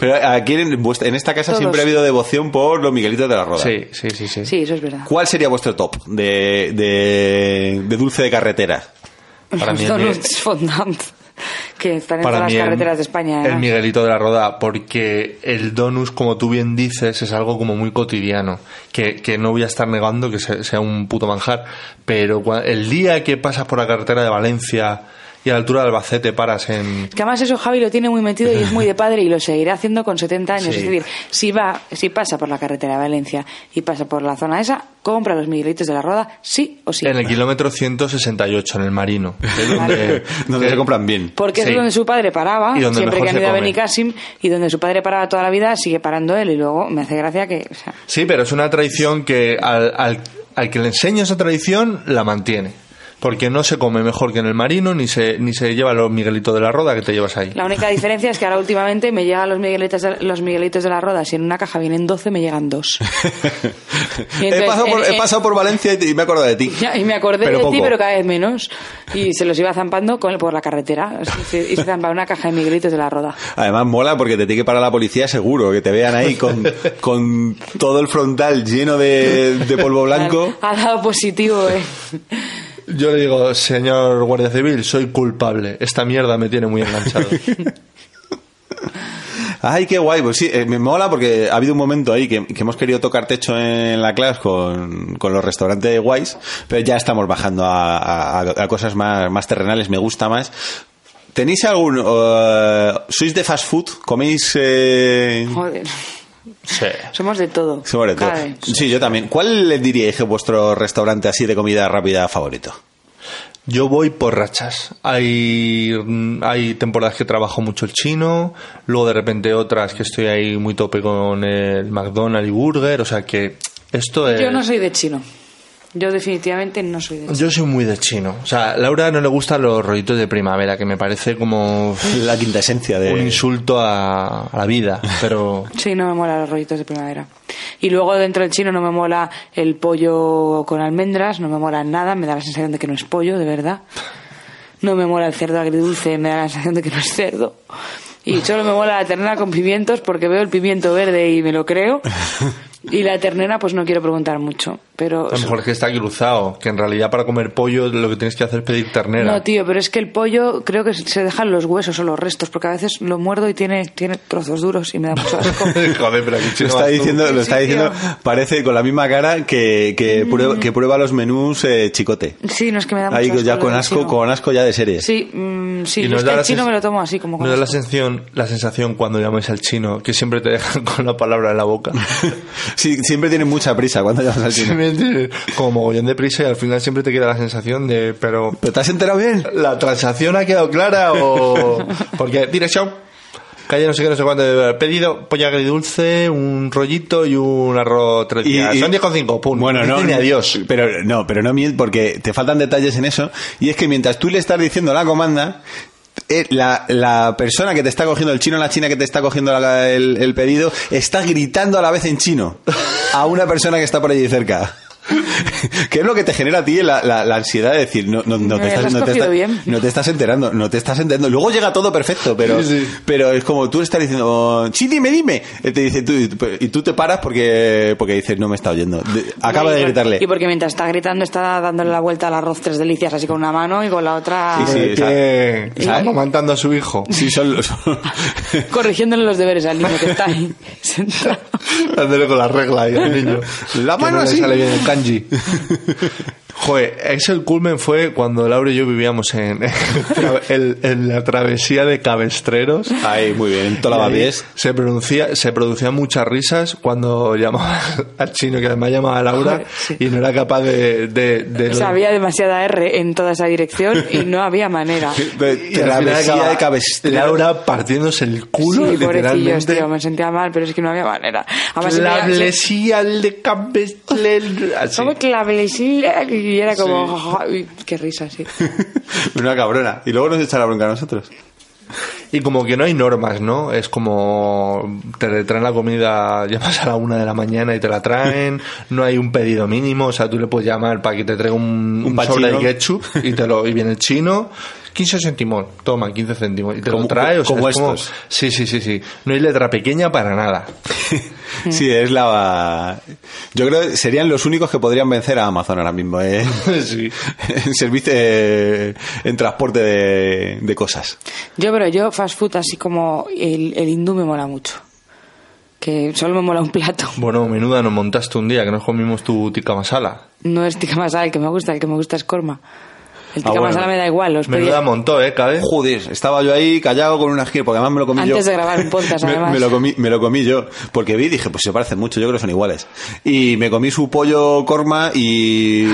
Pero aquí en, vuestra- en esta casa
Todos.
siempre ha habido devoción por los Miguelitos de la Roda.
Sí, sí, sí, sí.
Sí, eso es verdad.
¿Cuál sería vuestro top de, de, de dulce de carretera?
Para mí el
Son
Miguel-
los fondant que están en
Para
todas
mí
las
el-
carreteras de España.
El
¿eh?
Miguelito de la Roda, porque el donus, como tú bien dices, es algo como muy cotidiano, que, que no voy a estar negando que se- sea un puto manjar, pero cua- el día que pasas por la carretera de Valencia y a la altura de Albacete paras en...
Que además eso Javi lo tiene muy metido y es muy de padre y lo seguirá haciendo con 70 años.
Sí.
Es decir, si va, si pasa por la carretera de Valencia y pasa por la zona esa, compra los Miguelitos de la Roda, sí o sí.
En el kilómetro 168, en el Marino. que es donde-
Donde se compran bien.
Porque
Sí.
es donde su padre paraba,
Y donde
siempre
mejor
que han
se
ido a
come.
Benicassim, y donde su padre paraba toda la vida, sigue parando él. Y luego me hace gracia que. o sea,
Sí, pero es una tradición que al, al- al que le enseña esa tradición la mantiene. Porque no se come mejor que en el marino, ni se, ni se lleva los Miguelitos de la Roda que te llevas ahí.
la única diferencia es que ahora últimamente me llegan los Miguelitos, de, los Miguelitos de la Roda. Si en una caja vienen 12, me llegan dos.
he,
entonces,
pasado por,
en-
he
en-
pasado por Valencia y, te- y me he acordado de ti.
Ya, y me acordé
Pero
de ti,
poco.
pero cada vez menos. Y se los iba zampando con, por la carretera. Y se- Y se zampaba una caja de miguelitos de la roda.
Además mola porque te tiene que parar la policía seguro, que te vean ahí con, con todo el frontal lleno de, de polvo blanco.
Ha, ha dado positivo, eh.
Yo le digo, señor guardia civil, soy culpable. Esta mierda me tiene muy enganchado.
Ay, qué guay. Pues sí, eh, me mola porque ha habido un momento ahí que, que hemos querido tocar techo en la clase con, con los restaurantes guays, pero ya estamos bajando a, a- a cosas más, más terrenales, me gusta más. ¿Tenéis algún... eh, ¿Sois de fast food? ¿Coméis... eh,
Joder.
sí.
Somos de todo.
sobre todo?
Cada vez.
Sí, yo también. ¿Cuál le diríais que es vuestro restaurante así de comida rápida favorito?
Yo voy por rachas. Hay, mm, hay temporadas que trabajo mucho el chino, luego de repente otras que estoy ahí muy tope con el McDonald's y Burger, o sea que esto es...
Yo no soy de chino. Yo definitivamente no soy de eso.
Yo soy muy de chino. O sea, a Laura no le gustan los rollitos de primavera, que me parece como uf,
<laughs> La quinta esencia de...
un insulto a, a la vida. Pero
Sí, no me mola los rollitos de primavera. Y luego dentro del chino no me mola el pollo con almendras, no me mola nada, me da la sensación de que no es pollo, de verdad. No me mola el cerdo agridulce, me da la sensación de que no es cerdo. Y solo me mola la ternera con pimientos porque veo el pimiento verde y me lo creo. Y la ternera pues no quiero preguntar mucho, pero...
a lo mejor es que está cruzado, que en realidad para comer pollo lo que tienes que hacer es pedir ternera.
No, tío, pero es que el pollo creo que se dejan los huesos o los restos, porque a veces lo muerdo y tiene, tiene trozos duros y me da mucho
<laughs>
asco.
<laughs> Joder, pero aquí
Lo
chino
está
vas tú.
diciendo, lo está
Sí, Mm.
diciendo, parece con la misma cara que, que, prueba, que prueba los menús eh, chicote.
Sí, no es que me da mucho
Ahí
asco.
ya
lo
con
del
asco,
chino.
con asco ya de serie.
Sí, mm, sí,
Y
yo
nos
es
da
que
la
el chino
sens-
me lo tomo así, como con
¿No da la
asco.
sensación, la sensación cuando llamáis al chino que siempre te dejan <laughs> con la palabra en la boca?
Sí, siempre tiene mucha prisa cuando llamas <laughs> al
Sí,
chino.
¿me entiendes? Como mogollón de prisa y al final siempre te queda la sensación de, pero
¿Pero te has enterado bien?
¿la transacción ha quedado
<laughs>
clara o...? Porque dirección, calle no sé qué, no sé cuánto, pedido pollo agridulce, un rollito y un arroz tres días. Son 10,5, pum.
Bueno, no,
Dicen adiós.
Pero no, pero no miel porque te faltan detalles en eso. Y es que mientras tú le estás diciendo la comanda, eh, la, la persona que te está cogiendo el chino, la china que te está cogiendo la- el, el pedido, está gritando a la vez en chino a una persona que está por allí cerca. <laughs> ¿Qué es lo que te genera a ti la, la- la ansiad de decir no, no, no
Me
te
Eh, lo
estás,
has
no, te
cogido
estás-
bien.
no te estás enterando, no te estás enterando? Luego llega todo perfecto, pero, pero es como tú estás diciendo, "Oh, sí, dime, dime. Él te dice, tú, y tú te paras porque, porque dices, no me está oyendo. De- Acaba
Y
de
por-
gritarle.
Y porque mientras está gritando está dándole la vuelta al arroz tres delicias así con una mano y con la otra
Sí, sí.
Que- que está "Eh, amamantando a su hijo.
Sí, son
<laughs>
los-
<laughs> corrigiéndole los deberes al niño que está ahí sentado.
<laughs> Dándole con la regla ahí al niño.
La
Que
mano
no le
así.
sale bien el <laughs> kanji. Joder, ese el culmen fue cuando Laura y yo vivíamos en, <laughs> en- en la travesía de Cabestreros.
Ahí, muy bien, toda la
Y ahí
babies.
Se producía, se producían muchas risas cuando llamaba <laughs> al chino, que además llamaba a Laura,
Joder, sí.
y no era capaz de... de, de-
O sea, había demasiada R en toda esa dirección y no había
<laughs>
manera.
y al final
Travesía
acababa
de cabestreros.
Laura partiéndose el
Sí,
culo,
pobrecillos,
literalmente.
tío, me sentía mal, pero es que no había manera. Además, se
la
veía- se-
blesía de Cabestreros. así.
¿Cómo que la blesilla? Y era como, jaja, uy, qué risa, sí.
Una cabrona. Y luego nos echa la bronca a nosotros.
Y como que no hay normas, ¿no? Es como te traen la comida, <laughs> llamas a la una de la mañana y te la traen, no hay un pedido mínimo, o sea, tú le puedes llamar para que te traiga un, un
pachino.
sobre de ketchup y te lo y viene el chino, 15 céntimos, toma, 15 céntimos, y te
Como-
lo trae, o sea,
como
es como-
estos.
sí, sí, sí, sí, no hay letra pequeña para nada.
Sí, es la... Yo creo que serían los únicos que podrían vencer a Amazon ahora mismo. <laughs> ¿eh?
sí.
en servicio, eh, en transporte de, de cosas.
Yo, pero yo fast food así como el, el hindú me mola mucho. Que solo me mola un plato.
Bueno, menuda nos montaste un día que nos comimos tu tica masala.
No es tikka masala el que me gusta, el que me gusta es korma. El tikka
Ah, bueno.
masala me da igual, los pedí
Menuda montó, eh, cabe. <laughs>
Joder, estaba yo ahí callado con una gira, porque además me lo comí yo.
Antes de grabar un
<laughs>
podcast,
me,
además.
me lo comí, me lo comí yo, porque vi y dije, pues se parecen mucho, yo creo que son iguales. Y me comí su pollo corma y...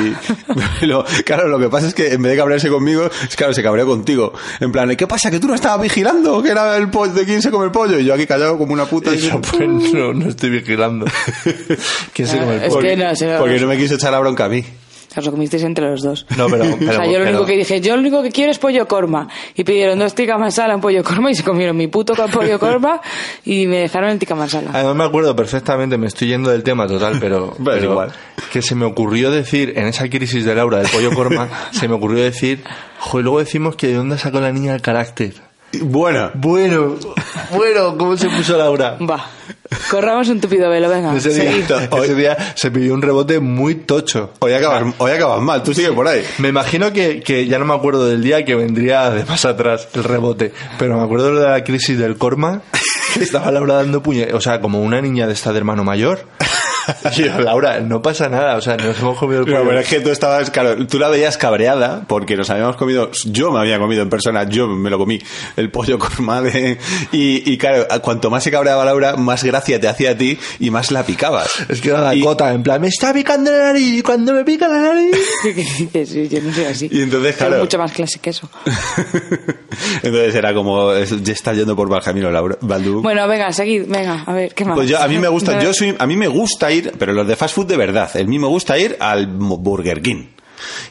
<laughs> lo- claro, lo que pasa es que en vez de cabrearse conmigo, es claro, se cabreó contigo. En plan, ¿qué pasa? ¿Que tú no estabas vigilando? Que era el pollo, de quién se come el pollo. Y yo aquí callado como una puta.
Eso, pues no, no
<laughs>
estoy vigilando. ¿Quién se come el
Ah, Es
pollo?
que no, se lo-
porque no me quiso echar la bronca a mí.
os lo comisteis entre los dos.
<laughs>
No, pero,
o
pero-
sea, yo lo
pero-
único que dije, yo lo único que quiero es pollo korma. Y pidieron dos tikka masala, un pollo korma, y se comieron mi puto
<laughs>
con pollo korma y me dejaron el tikka
Ah.
masala.
Además Ah, me acuerdo perfectamente, me estoy yendo del tema total, <laughs> pero,
Pero es igual.
que se me ocurrió decir, en esa crisis de Laura del pollo <laughs> corma, se me ocurrió decir, jo, y luego decimos que de dónde sacó la niña el carácter.
Bueno,
Bueno, bueno, ¿cómo se puso Laura?
Va, corramos un tupido velo,
<laughs>
venga.
Ese
Sí.
día, ese día se pidió un rebote muy tocho.
hoy acabas, hoy acabas mal, tú sigues por ahí.
Me imagino que, que ya no me acuerdo del día que vendría de más atrás el rebote, pero me acuerdo de la crisis del Corma, que estaba Laura dando puñe, o sea, como una niña de esta de
<laughs>
hermano mayor. Y yo, Laura, no pasa nada, o sea, nos hemos comido el
No,
pollo.
pero es que tú estabas, claro, tú la veías cabreada porque nos habíamos comido, yo me había comido en persona, yo me lo comí, el pollo con madre. Y, y claro, cuanto más se cabreaba Laura, más gracia te hacía a ti y más la picabas.
Es que era la
Y-
cota, en plan, me está picando la nariz, y cuando me pica la nariz.
<laughs> ¿Qué dices? Sí, Yo no soy así.
Y entonces,
Soy
claro.
mucho más clásico que eso.
<laughs> Entonces era como, es- ya está yendo por mal camino, Laura, Baldu.
Bueno, venga, seguid, venga, a ver, ¿qué más? <laughs>
Pues yo, a mí me gusta,
No-
yo soy, a mí me gusta ir, pero los de fast food de verdad, el mí me gusta ir al Burger King.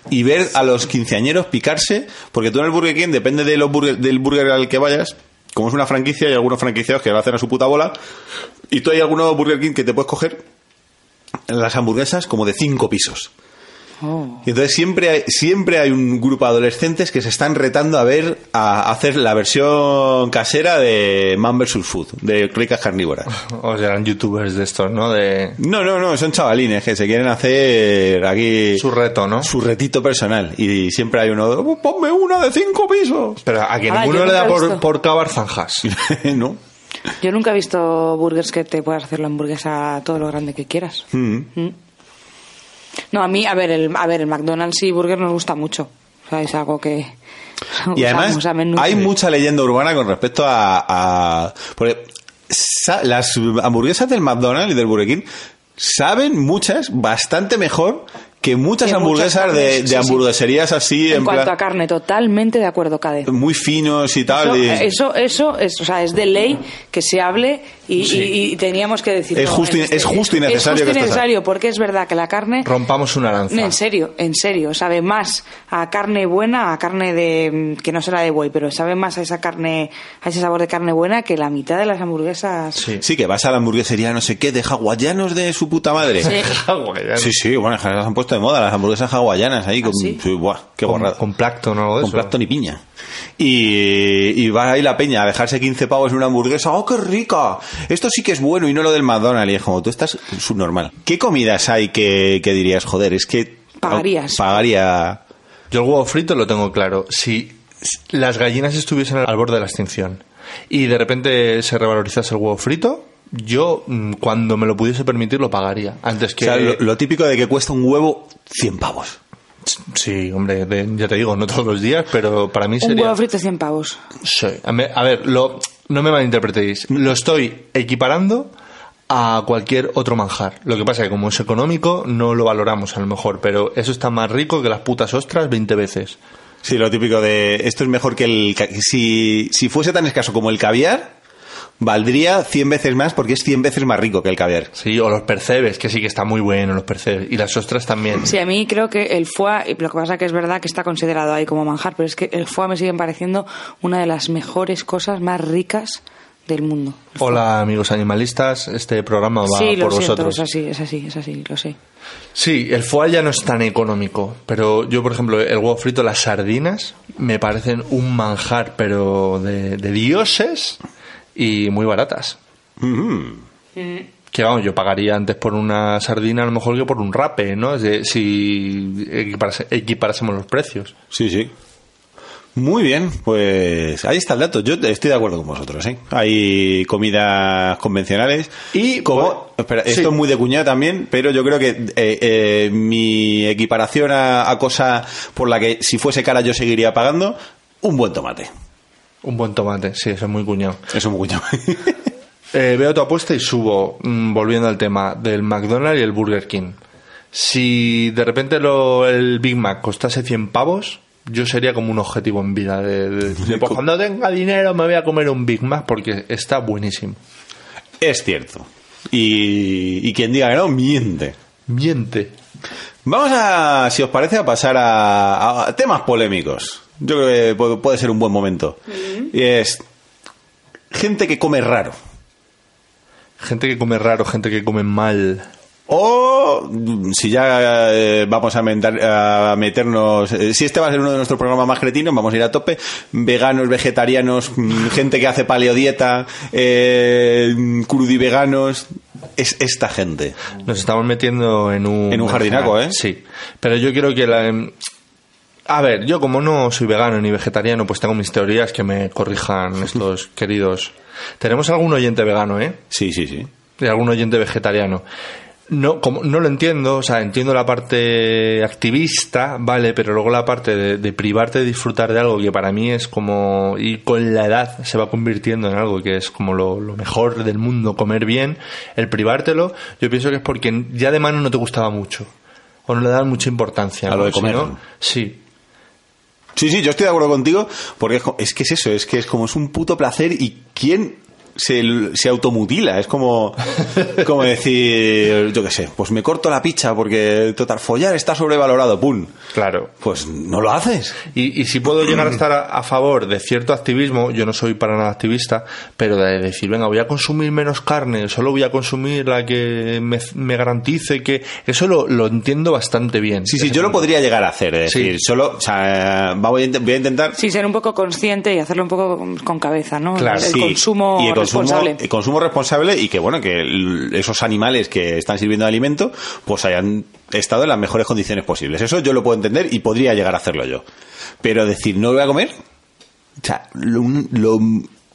Y ver a los quinceañeros picarse, porque tú en el Burger King, depende de los burger- del burger al que vayas, como es una franquicia, hay algunos franquiciados que lo hacen a su puta bola, y tú hay algunos Burger King que te puedes coger las hamburguesas como de cinco pisos.
Oh.
Y entonces siempre hay, siempre hay un grupo de adolescentes que se están retando a ver, a hacer la versión casera de Man vs. Food, de ricas carnívoras.
<laughs> O sea, eran youtubers de estos, ¿no? De
No, no, no, son chavalines que se quieren hacer aquí
su reto, ¿no?
su retito personal. Y siempre hay uno, "Oh, ponme una de cinco pisos. <laughs>
Pero a que
Ahora,
ninguno
Ah, yo
le da
nunca he
por,
visto.
por cavar zanjas.
no.
Yo nunca he visto burgers que te puedas hacer la hamburguesa todo lo grande que quieras. Mm. No, a mí, a ver, el, a ver, el McDonald's y burger nos gusta mucho. O sea, es algo que.
Y
usamos
además
a menudo.
hay mucha leyenda urbana con respecto a... a- porque sa- las hamburguesas del McDonald's y del Burger King saben muchas bastante mejor que muchas
Que muchas
hamburguesas de-
carnes,
de,
sí, sí.
hamburgueserías así en,
En cuanto
plan,
a carne, totalmente de acuerdo, Cade.
muy finos y tal.
Eso,
y-
eso, eso es, o sea, es de ley que se hable y, y- y teníamos que decir.
Es justo y- es justo y necesario
Es
que
justo
esto
y
salga.
necesario, porque es verdad que la carne.
Rompamos una lanza.
En
<laughs>
serio, en serio, sabe más a carne buena, a carne de que no será de buey, pero sabe más a esa carne, a ese sabor de carne buena que la mitad de las hamburguesas.
Sí.
Sí, que vas a la hamburguesería no sé qué de hawaianos de su puta madre.
Sí.
Ah, guay, ya no.
Sí, sí, bueno, las han puesto de moda las hamburguesas hawaianas ahí con,
Ah, sí?
sí, buah, qué
Con,
borrada.
con plancton o algo de
Con
eso.
plancton y piña. Y, y va ahí la peña a dejarse 15 pavos en una hamburguesa. ¡Oh, qué rica! Esto sí que es bueno y no lo del McDonald's. Y es como, tú estás subnormal. ¿Qué comidas hay que, que dirías, joder, es que... Oh,
Pagarías.
Pagaría...
Yo el huevo frito lo tengo claro. Si las gallinas estuviesen al borde de la extinción y de repente se revalorizase el huevo frito, yo mm, cuando me lo pudiese permitir lo pagaría. Antes que...
O sea, lo, lo típico de que cuesta un huevo 100 pavos.
Sí, hombre, de- ya te digo, no todos los días, pero para mí
Un
sería...
huevo frito 100 pavos.
Sí. A me- a ver, lo, no me malinterpretéis. Lo estoy equiparando a cualquier otro manjar. Lo que pasa es que como es económico, no lo valoramos a lo mejor, pero eso está más rico que las putas ostras 20 veces.
Sí, lo típico de esto es mejor que el... ca- Si, si fuese tan escaso como el caviar, valdría 100 veces más porque es 100 veces más rico que el caviar.
Sí, o los percebes, que sí que está muy bueno los percebes. Y las ostras también.
Sí, a mí creo que el foie, y lo que pasa que es verdad que está considerado ahí como manjar, pero es que el foie me sigue pareciendo una de las mejores cosas más ricas del mundo.
Hola amigos animalistas, este programa va
sí, lo
por
siento,
vosotros.
es así, es así, es así, lo sé.
Sí, el foie ya no es tan económico, pero yo, por ejemplo, el huevo frito, las sardinas, me parecen un manjar, pero de, de dioses y muy baratas.
Mm.
Que vamos, yo pagaría antes por una sardina a lo mejor que por un rape, ¿no? Es de- si equiparase- equiparásemos los precios.
Sí, sí. Muy bien, pues ahí está el dato. Yo estoy de acuerdo con vosotros. ¿eh? Hay comidas convencionales.
Y,
como.
bueno,
espera,
Pues, sí.
esto es muy de cuñado también, pero yo creo que eh, eh, mi equiparación a, a cosa por la que si fuese cara yo seguiría pagando, un buen tomate.
Un buen tomate, sí, eso es muy cuñado.
Eso es muy cuñado. <laughs>
Eh, veo tu apuesta y subo, mm, volviendo al tema del McDonald's y el Burger King. Si de repente lo- el Big Mac costase 100 pavos, yo sería como un objetivo en vida. De, de- de, pues, cuando tenga dinero me voy a comer un Big Mac porque está buenísimo.
es cierto. Y, y quien diga que no, miente.
Miente.
Vamos a, si os parece, a pasar a, a temas polémicos. Yo creo que pu- puede ser un buen momento. Y es gente que come raro.
Gente que come raro, gente que come mal.
O mm, si ya eh, vamos a, mentar- a meternos, eh, si este va a ser uno de nuestros programas más cretinos, vamos a ir a tope. Veganos, vegetarianos, mm, gente que hace paleodieta, eh, crudiveganos, es esta gente.
Nos estamos metiendo en un...
En un jardinaco, ¿eh?
Sí. Pero yo creo que la... em, A ver, yo como no soy vegano ni vegetariano, pues tengo mis teorías que
<laughs>
me corrijan estos queridos. Tenemos algún oyente vegano, ¿eh?
Sí, sí, sí.
de algún oyente vegetariano. No, como, no lo entiendo, o sea, entiendo la parte activista, vale, pero luego la parte de, de privarte de disfrutar de algo que para mí es como, y con la edad se va convirtiendo en algo que es como lo, lo mejor del mundo, comer bien, el privártelo, yo pienso que es porque ya de mano no te gustaba mucho, o no le das mucha importancia.
A lo
¿no?
de
Si
comer.
no- sí,
Sí, sí, yo estoy de acuerdo contigo, porque es, co- es que es eso, es que es como es un puto placer y quién se, se automutila. Es como, como decir, yo qué sé, pues me corto la picha porque total, follar está sobrevalorado, ¡pum!
Claro.
Pues no lo haces.
Y, y si puedo llegar a estar a, a favor de cierto activismo, yo no soy para nada activista, pero de decir, venga, voy a consumir menos carne, solo voy a consumir la que me, me garantice que... Eso lo, lo entiendo bastante bien.
Sí, sí, yo lo podría llegar a hacer. Es
Sí.
decir, solo, o sea, va- voy a, int- voy a intentar.
Sí, ser un poco consciente y hacerlo un poco con- con cabeza, ¿no?
Claro,
el
sí,
consumo
y el consumo,
responsable.
el consumo responsable y que bueno que el- esos animales que están sirviendo de alimento pues hayan estado en las mejores condiciones posibles eso yo lo puedo entender y podría llegar a hacerlo yo pero decir no voy a comer o sea, lo- un- lo-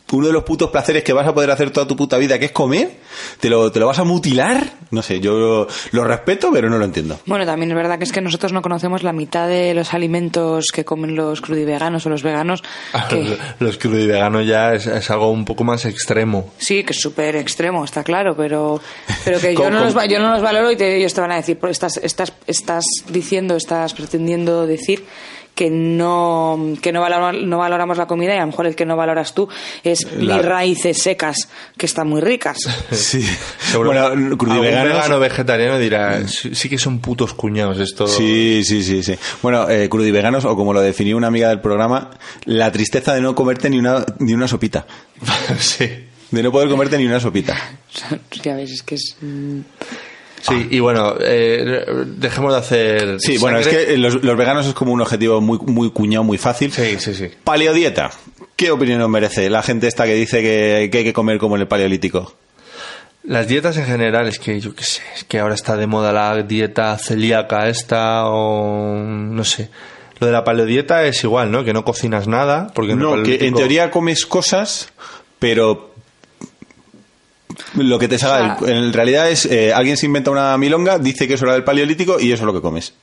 uno de los putos placeres que vas a poder hacer toda tu puta vida, que es comer, te lo, te lo vas a mutilar. No sé, yo lo, lo respeto, pero no lo entiendo.
Bueno, también es verdad que es que nosotros no conocemos la mitad de los alimentos que comen los crudiveganos o los veganos. Que,
<laughs> Ah, <laughs> Los crudiveganos ya es, es algo un poco más extremo.
sí, que es súper extremo, está claro, pero,
<laughs>
pero que yo
Con-
no,
con-
los, va- yo no los valoro y te- ellos te van a decir, "Pues estás, estás, estás diciendo, estás pretendiendo decir que no que no, valor- no valoramos la comida y a lo mejor el que no valoras tú es
La-
mis raíces secas que están muy ricas <laughs>
Sí. <laughs>
Seguro.
Bueno,
Algún
crudiveganos.
vegano vegetariano dirá, sí, sí que son putos cuñados esto.
Mm. Sí, sí, sí, sí. Bueno, eh, crudiveganos, o como lo definió una amiga del programa, la tristeza de no comerte ni una, ni una sopita.
<laughs> sí.
De no poder comerte ni una sopita.
ya ves es que es mm,
Sí, y bueno, eh, dejemos de hacer...
Ah. Sí, bueno, es
sangre.
que eh, los, los veganos es como un objetivo muy, muy cuñado, muy fácil.
Sí, sí, sí.
Paleodieta. ¿Qué opinión os merece la gente esta que dice que, que hay que comer como en el paleolítico?
Las dietas en general, es que yo qué sé, es que ahora está de moda la dieta celíaca esta o no sé. Lo de la paleodieta es igual, ¿no? Que no cocinas nada, porque en el
No, que en
paleolítico-
teoría comes cosas, pero lo que te salga.
O sea-
del- en realidad es, eh, alguien se inventa una milonga, dice que eso era del paleolítico y eso es lo que comes.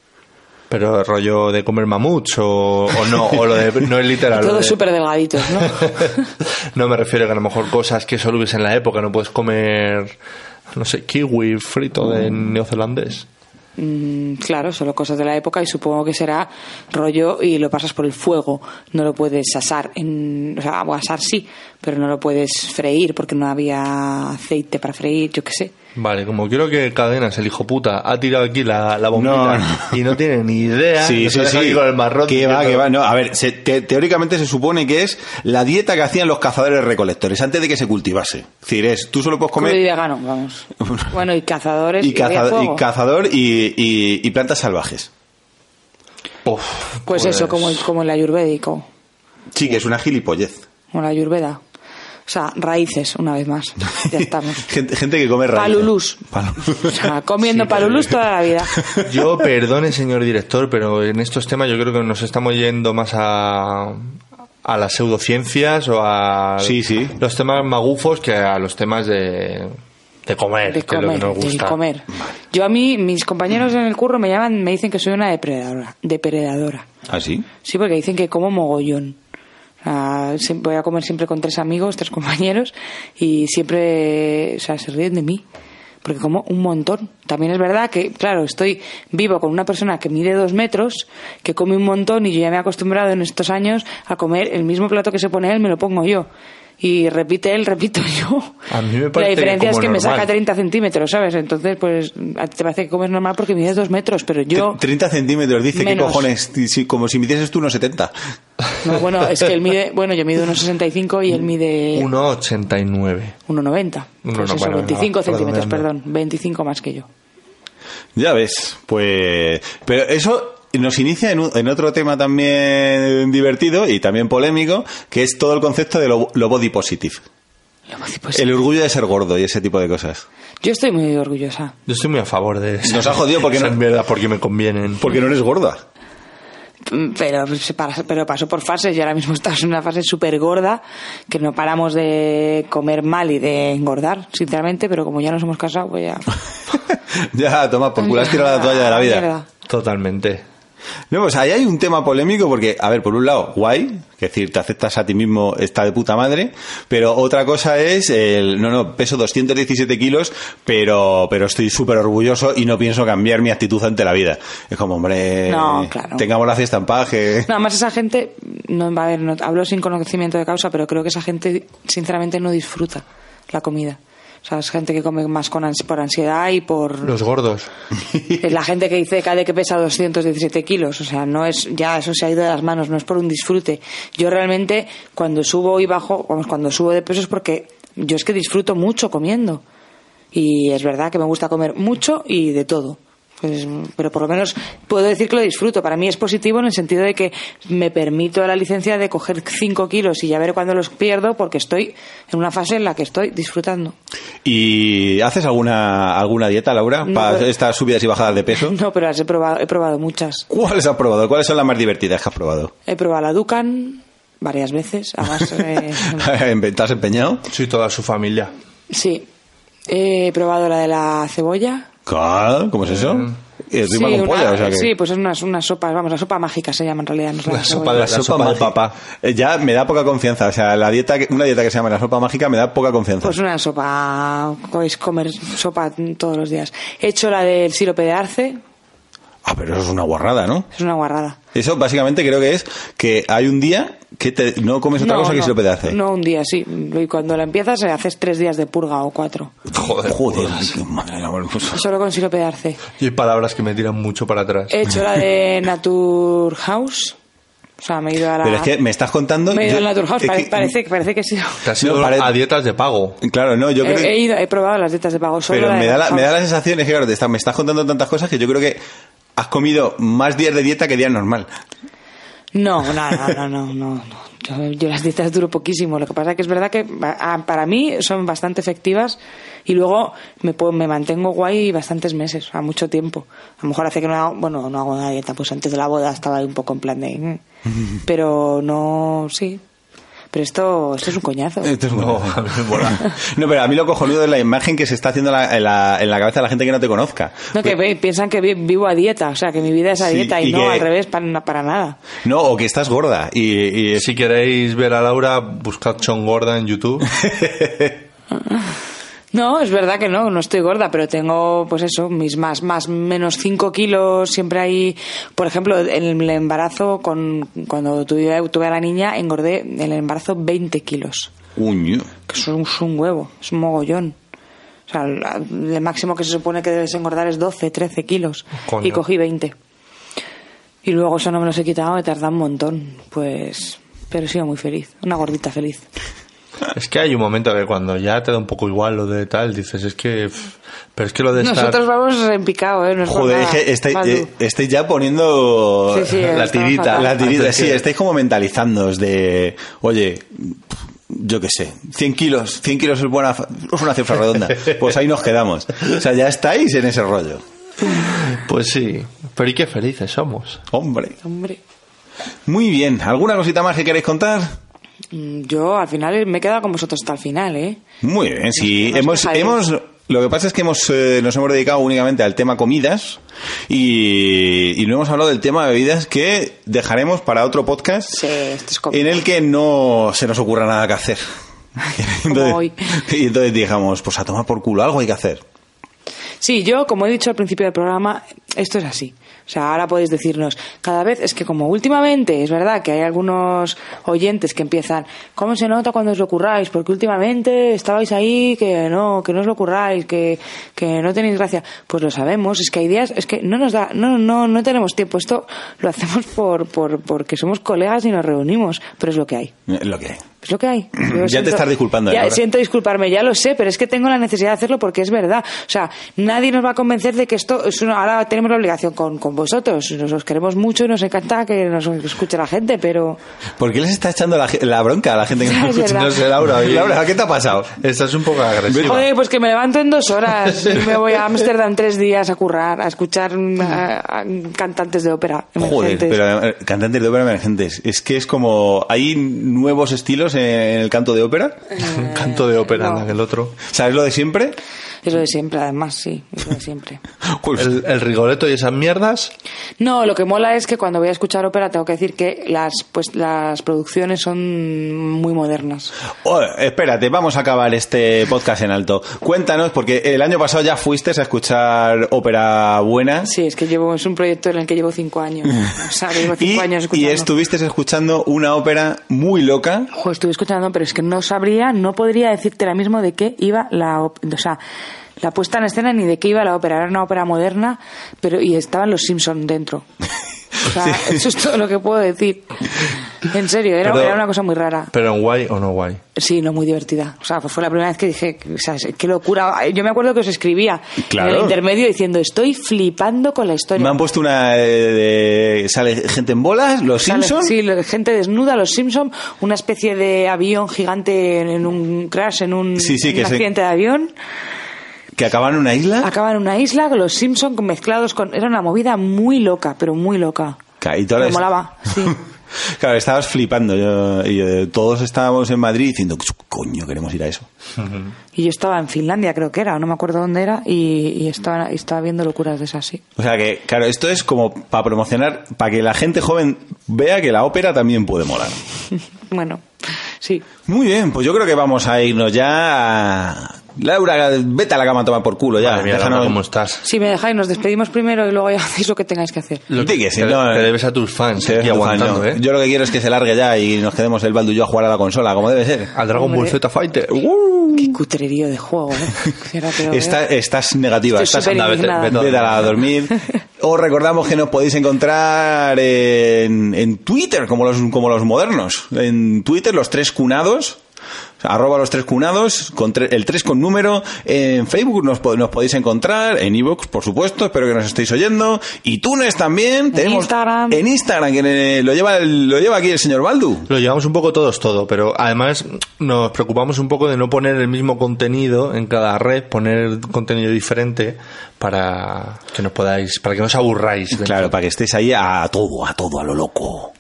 Pero rollo de comer mamuts o, o no, o lo de... No es literal. lo
todo
eh.
de-
súper delgadito ¿no?
<laughs>
<laughs>
no me refiero a que a lo mejor cosas que solo hubiese en la época, no puedes comer, no sé, kiwi frito de neozelandés.
Mm, Claro, solo cosas de la época y supongo que será rollo y lo pasas por el fuego. No lo puedes asar, en, o sea, o asar sí, pero no lo puedes freír porque no había aceite para freír, yo qué sé.
Vale, como quiero que Cadenas, el hijo puta, ha tirado aquí la, la bombita
No, no.
y no tiene ni idea.
Sí,
no se
sí,
deja
sí.
aquí con el marrón.
Que va,
diciendo-
que va. No, a ver, se- te- teóricamente se supone que es la dieta que hacían los cazadores recolectores antes de que se cultivase. Es decir, es, tú solo puedes
Crudo y
comer
vegano, vamos. Bueno, y cazadores.
y,
había
caza-
fuego.
y cazador y, y- y plantas salvajes.
Uf,
pues, eso, como, el- como el ayurvédico,
Sí, que es una gilipollez.
como la ayurveda. O sea, raíces, una vez más.
<laughs>
Ya estamos.
gente, gente que come raíces.
Palulús.
Palulús.
O sea, comiendo palulus toda la vida.
Yo perdone, señor director, pero en estos temas yo creo que nos estamos yendo más a, a las pseudociencias o a
Sí, sí.
los temas magufos que a los temas de, de comer,
De
que es lo que
comer,
nos
del
gusta.
comer. Yo a mí, mis compañeros en el curro me llaman, me dicen que soy una depredadora. Depredadora.
<laughs> ¿Ah, sí?
Sí, porque dicen que como mogollón. O sea, siem- voy a comer siempre con tres amigos, tres compañeros, y siempre o sea, se ríen de mí. Porque como un montón. También es verdad que, claro, estoy vivo con una persona que mide dos metros, que come un montón, y yo ya me he acostumbrado en estos años a comer el mismo plato que se pone él, me lo pongo yo. Y repite él, repito yo.
A mí me
La
parece
diferencia
como
es que me
normal.
saca 30 centímetros, ¿sabes? Entonces, pues, a ti te parece que comes normal porque mides dos metros, pero yo...
Tre- 30 centímetros, dice, ¿qué
Menos.
cojones? Ti- si- Como si midieses tú unos 70.
No, bueno, es que él mide, bueno, yo mido 1,65 y él mide
1,89.
1,90.
Uno,
Pues
no,
eso,
bueno,
25
no,
centímetros,
redondeando.
perdón, 25 más que yo.
Ya ves, pues... Pero eso nos inicia en, un- en otro tema también divertido y también polémico, que es todo el concepto de lo, lo body positive.
Luego, pues,
El orgullo de ser gordo y ese tipo de cosas.
Yo estoy muy orgullosa.
Yo estoy muy a favor de eso.
Nos ha jodido porque no-
En verdad, porque me convienen.
Porque no eres gorda. <laughs>
Mm, Pero, se para- pero pasó por fases y ahora mismo estás en una fase súper gorda que no paramos de comer mal y de engordar, sinceramente, pero como ya nos hemos casado, pues ya...
ya, toma, por culo has tirado la toalla de la vida.
Ah, Mierda.
Totalmente.
No, pues ahí hay un tema polémico porque, a ver, por un lado, guay, que es decir, te aceptas a ti mismo, está de puta madre, pero otra cosa es el, no, no, peso 217 kilos, pero, pero estoy súper orgulloso y no pienso cambiar mi actitud ante la vida. Es como, hombre,
No, claro.
tengamos la fiesta en paz, que-
<laughs> Nada más esa gente, no, a ver, no, hablo sin conocimiento de causa, pero creo que esa gente sinceramente no disfruta la comida. O sea, es gente que come más con ans- por ansiedad y por...
Los gordos.
Eh, La gente que dice cada que pesa 217 kilos, o sea, no es, ya eso se ha ido de las manos, no es por un disfrute. Yo realmente cuando subo y bajo, vamos, cuando subo de peso es porque yo es que disfruto mucho comiendo. Y es verdad que me gusta comer mucho y de todo. Pues, pero por lo menos puedo decir que lo disfruto. Para mí es positivo en el sentido de que me permito la licencia de coger 5 kilos y ya ver cuándo los pierdo porque estoy en una fase en la que estoy disfrutando.
¿Y haces alguna, alguna dieta, Laura,
No,
para
pero-
estas subidas y bajadas de peso?
<laughs> No, pero las he probado, he probado muchas.
¿Cuáles has probado? ¿Cuáles son las más divertidas que has probado?
He probado la Dukan varias veces, además.
<laughs>
eh,
¿Te has empeñado?
Soy toda su familia.
sí. He probado la de la cebolla.
Claro, ¿Cómo es eso? Es rima
sí,
con polla,
una-
o sea que...
sí, pues es unas, unas sopas, vamos, la sopa mágica se llama en realidad. no es la,
La sopa
cebolla.
de
La, sopa, mágica. Eh, Ya me da poca confianza. O sea, la dieta, que- una dieta que se llama la sopa mágica me da poca confianza.
Pues una sopa, es comer sopa todos los días. He hecho la del sirope de arce,
Ah, pero eso es una guarrada, ¿no?
es una guarrada.
Eso básicamente creo que es que hay un día que te- no comes otra cosa que se lo pedace.
No, un día, sí. Y cuando la empiezas, eh, haces tres días de purga o cuatro.
Joder, joder, qué madre de la maravillosa.
Solo con sirope de arce.
Y hay palabras que me tiran mucho para atrás.
He hecho
<laughs>
la de Natur House. O sea, me he ido a la.
Pero es que me estás contando.
Me he ido
yo-
al Natur House,
es
pare-
que-
parece, parece que sí.
Te has ido
No, pare-
a dietas de pago.
Claro, no, yo creo
He,
que-
he ido, he probado las dietas de pago Eh, solo.
Pero
la de
me da, la,
Natur
me da la
House.
sensación, es que claro, te está- me estás contando tantas cosas que yo creo que has comido más días de dieta que días normal.
No, no, no, no, no. no, no. Yo, yo las dietas duro poquísimo. Lo que pasa que es verdad que ba- ah, para mí son bastante efectivas y luego me, puedo- me mantengo guay bastantes meses, a mucho tiempo. A lo mejor hace que no hago, bueno, no hago una dieta, pues antes de la boda estaba ahí un poco en plan de... mm.
<laughs>
Pero no, sí. Pero esto, esto es un coñazo.
Esto es bueno.
No, a mí me <laughs> mola.
No, pero a mí lo cojonudo es la imagen que se está haciendo la- en, la, en la cabeza de la gente que no te conozca.
No, que ve- piensan que vi- vivo a dieta, o sea, que mi vida es a
pues- Sí,
dieta y,
y
no,
que-
al revés, para, para nada.
No, o que estás gorda. Y, y-
Si queréis ver a Laura, buscad Chon Gorda
<laughs>
en YouTube.
No, es verdad que no, no estoy gorda, pero tengo, pues eso, mis más, más, menos 5 kilos, siempre hay, por ejemplo, en el embarazo, con, cuando tuve, tuve a la niña, engordé en el embarazo 20 kilos,
Uño.
que eso es un huevo, es un mogollón. O sea, la- el máximo que se supone que debes engordar es 12, 13 kilos,
Coño.
y cogí 20. Y luego eso no me los he quitado, he tardado un montón, pues, pero he sido muy feliz, una gordita feliz.
Es que hay un momento que cuando ya te da un poco igual lo de tal, dices, es que... pff, Pero es que lo de estar...
<laughs>
Nosotros vamos en picado, ¿eh? No es por
Joder,
nada,
dije, estáis,
Madu.
eh, estáis ya poniendo
Sí, sí,
la
está
tirita.
fatal.
La tirita,
Antes
sí,
que-
estáis como mentalizándoos de, oye, yo qué sé, 100 kilos, 100 kilos es, buena, fa- es una cifra redonda. Pues ahí nos quedamos. O sea, ya estáis en ese rollo.
Pues sí. Pero y qué felices somos.
Hombre.
Hombre,
Muy bien. ¿Alguna cosita más que queréis contar?
mm, yo al final me he quedado con vosotros hasta el final, ¿eh?
Muy bien, sí.
Nos
Hemos,
dejáis.
hemos, lo que pasa es que hemos, eh, nos hemos dedicado únicamente al tema comidas y, y no hemos hablado del tema bebidas que dejaremos para otro podcast
Sí, esto es como-
en el que no se nos ocurra nada que hacer. <laughs>
como hoy.
y entonces dijamos, pues a tomar por culo, algo hay que hacer.
Sí, yo, como he dicho al principio del programa, esto es así. O sea, ahora podéis decirnos, cada vez es que como últimamente, es verdad que hay algunos oyentes que empiezan, ¿cómo se nota cuando os lo curráis? Porque últimamente estabais ahí que no, que no os lo curráis, que, que no tenéis gracia. Pues lo sabemos, es que hay días, es que no nos da, no, no, no tenemos tiempo. Esto lo hacemos por, por, porque somos colegas y nos reunimos, pero es lo que hay.
Eh, Lo que hay.
Es Pues lo
<clears throat>
que hay. Yo
Ya te estás disculpando, ¿eh,
Ya,
Laura?
siento disculparme, ya lo sé, pero es que tengo la necesidad de hacerlo porque es verdad. O sea, nadie nos va a convencer de que esto es una. Ahora tenemos la obligación con, con vosotros. Nos os queremos mucho y nos encanta que nos escuche la gente, pero.
¿Por qué les está echando la, ge- la bronca a la gente que nos
<laughs> Es
escucha?
verdad.
No sé, Laura. oye, Laura, ¿qué te ha pasado?
Estás un poco agresiva.
Joder, pues que me levanto en dos
<laughs>
horas y me voy a Ámsterdam tres días a currar, a escuchar mm, a- a cantantes de ópera.
Joder,
emergentes.
pero eh, cantantes de ópera emergentes. Es que es como. Hay nuevos estilos en, en el canto de ópera.
<laughs> Canto de ópera,
Eh, no.
nada, que el otro.
¿Sabes lo de siempre?
Es lo de siempre, además, sí, es lo de siempre.
Pues,
El, el Rigoletto y esas mierdas.
No, lo que mola es que cuando voy a escuchar ópera tengo que decir que las, pues, las producciones son muy modernas.
oh, espérate, vamos a acabar este podcast en alto. Cuéntanos, porque el año pasado ya fuiste a escuchar ópera buena.
Sí, es que llevo, es un proyecto en el que llevo cinco años. O sea, llevo
<laughs> Y,
cinco años
y
escuchando.
estuviste escuchando una ópera muy loca.
Ojo, estuve escuchando, pero es que no sabría, no podría decirte ahora mismo de qué iba la, op- o sea, la puesta en escena ni de qué iba la ópera. Era una ópera moderna, pero y estaban los
<laughs>
Simpson dentro. O sea, eso es todo lo que puedo decir. En serio, era,
Pero-
era una cosa muy rara.
Pero en guay o no guay.
Sí, no, muy divertida. O sea, fue la primera vez que dije, o sea, qué locura. Yo me acuerdo que os escribía en
Claro.
el intermedio diciendo, estoy flipando con la historia.
Me han puesto una eh, de... Sale gente en bolas, los
O sea, los-
Simpsons.
Sí, la gente desnuda, los Simpson, una especie de avión gigante en- en un crash, en un,
Sí, sí,
en
que
un
se-
accidente de avión.
que acaban en una isla.
Acaban en una isla, los Simpson mezclados con... Era una movida muy loca, pero muy loca.
Ca- y todas
Me
las-
molaba, sí.
<laughs> claro, estabas flipando. Yo, y, eh, todos estábamos en Madrid diciendo, coño, queremos ir a eso.
Y yo estaba en Finlandia, creo que era, no me acuerdo dónde era, y, y estaba, y estaba viendo locuras de esas, sí.
O sea que, claro, esto es como para promocionar, para que la gente joven vea que la ópera también puede molar.
Bueno, sí.
Muy bien, pues yo creo que vamos a irnos ya. a- Laura, vete a la cama a tomar por culo ya.
Madre mía, Laura,
Déjanos-
¿cómo estás?
Si me dejáis, nos despedimos primero y luego ya <laughs> hacéis lo que tengáis que hacer.
Lo-
Di que sí,
te,
no,
te
eh.
debes a tus fans
Sí,
aquí
no,
aguantando,
no.
¿eh?
Yo lo que quiero es que se largue ya y nos quedemos el Baldu y yo a jugar a la consola, como debe ser.
Al Dragon Ball
Hombre.
Z Fighter. ¡Uh!
Qué cutrerío de juego, <laughs> ¿eh? Si ahora que lo veo.
Está- estás negativa,
Estoy
estás
súper
anda, vete,
indignada.
vete a dormir. Os recordamos que nos podéis encontrar en, en Twitter, como los, como los modernos. En Twitter, los tres cunados. Arroba los tres cunados, con tre- el tres con número. En Facebook nos, po- nos podéis encontrar. En Evox, por supuesto. Espero que nos estéis oyendo. Y Tunes también. Tenemos-
Instagram.
En Instagram, que eh, lo, lleva, el- lo lleva aquí el señor Baldu.
Lo llevamos un poco todos todo, pero además nos preocupamos un poco de no poner el mismo contenido en cada red, poner contenido diferente para que nos podáis, para que no os aburráis. dentro.
Claro, para que estéis ahí a todo, a todo, a lo loco.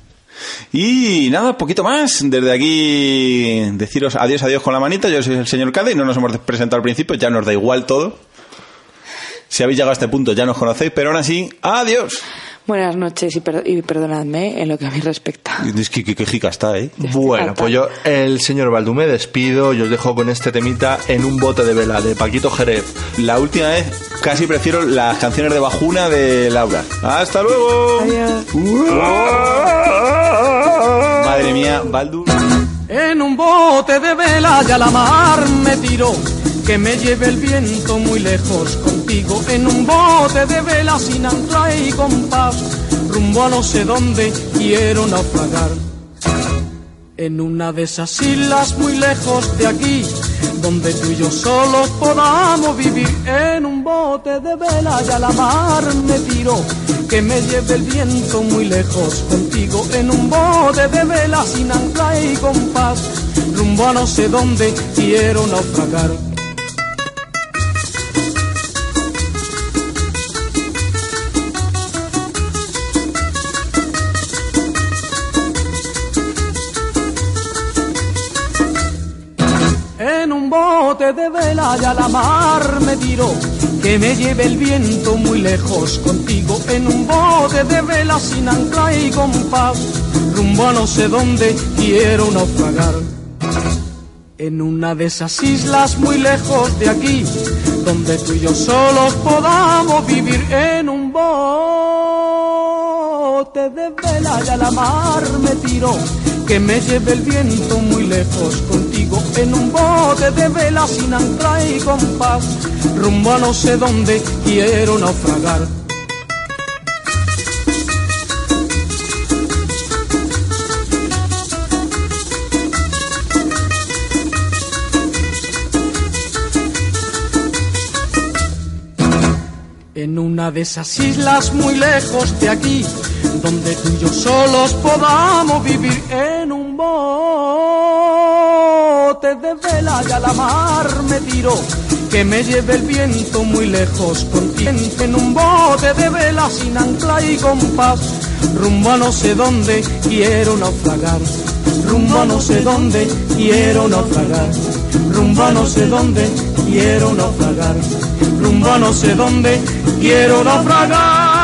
Y nada, poquito más. Desde aquí deciros adiós, adiós con la manita. Yo soy el señor Cade y no nos hemos presentado al principio, ya nos da igual todo. Si habéis llegado a este punto ya nos conocéis, pero aún así, adiós.
Buenas noches y, per- y perdonadme ¿eh? en lo que a mí respecta.
Es que, que, que jica está, ¿eh?
Bueno, pues yo, el señor Baldú, me despido y os dejo con este temita en un bote de vela de Paquito Jerez.
La última vez casi prefiero las canciones de bajuna de Laura. ¡Hasta luego! Madre mía, Baldur.
En un bote de vela y a la mar me tiró, que me lleve el viento muy lejos contigo. En un bote de vela sin ancla y compás, rumbo a no sé dónde quiero naufragar. En una de esas islas muy lejos de aquí, donde tú y yo solos podamos vivir. En un bote de vela y a la mar me tiro, que me lleve el viento muy lejos contigo. En un bote de vela sin ancla y compás, rumbo a no sé dónde quiero naufragar. En un bote de vela y a la mar me tiro, que me lleve el viento muy lejos contigo. En un bote de vela sin ancla y compás, rumbo a no sé dónde quiero naufragar. En una de esas islas muy lejos de aquí, donde tú y yo solos podamos vivir en un bote de vela y a la mar me tiro, que me lleve el viento muy lejos contigo, en un bote de vela sin ancla y compás, rumbo a no sé dónde quiero naufragar. En una de esas islas muy lejos de aquí, donde tú y yo solos podamos vivir en un bote de vela y a la mar me tiro, que me lleve el viento muy lejos contigo. En- En un bote de vela sin ancla y compás, rumbo a no sé dónde quiero naufragar, rumbo a no sé dónde quiero naufragar,
rumbo a no sé dónde quiero naufragar, rumbo a no sé dónde quiero naufragar.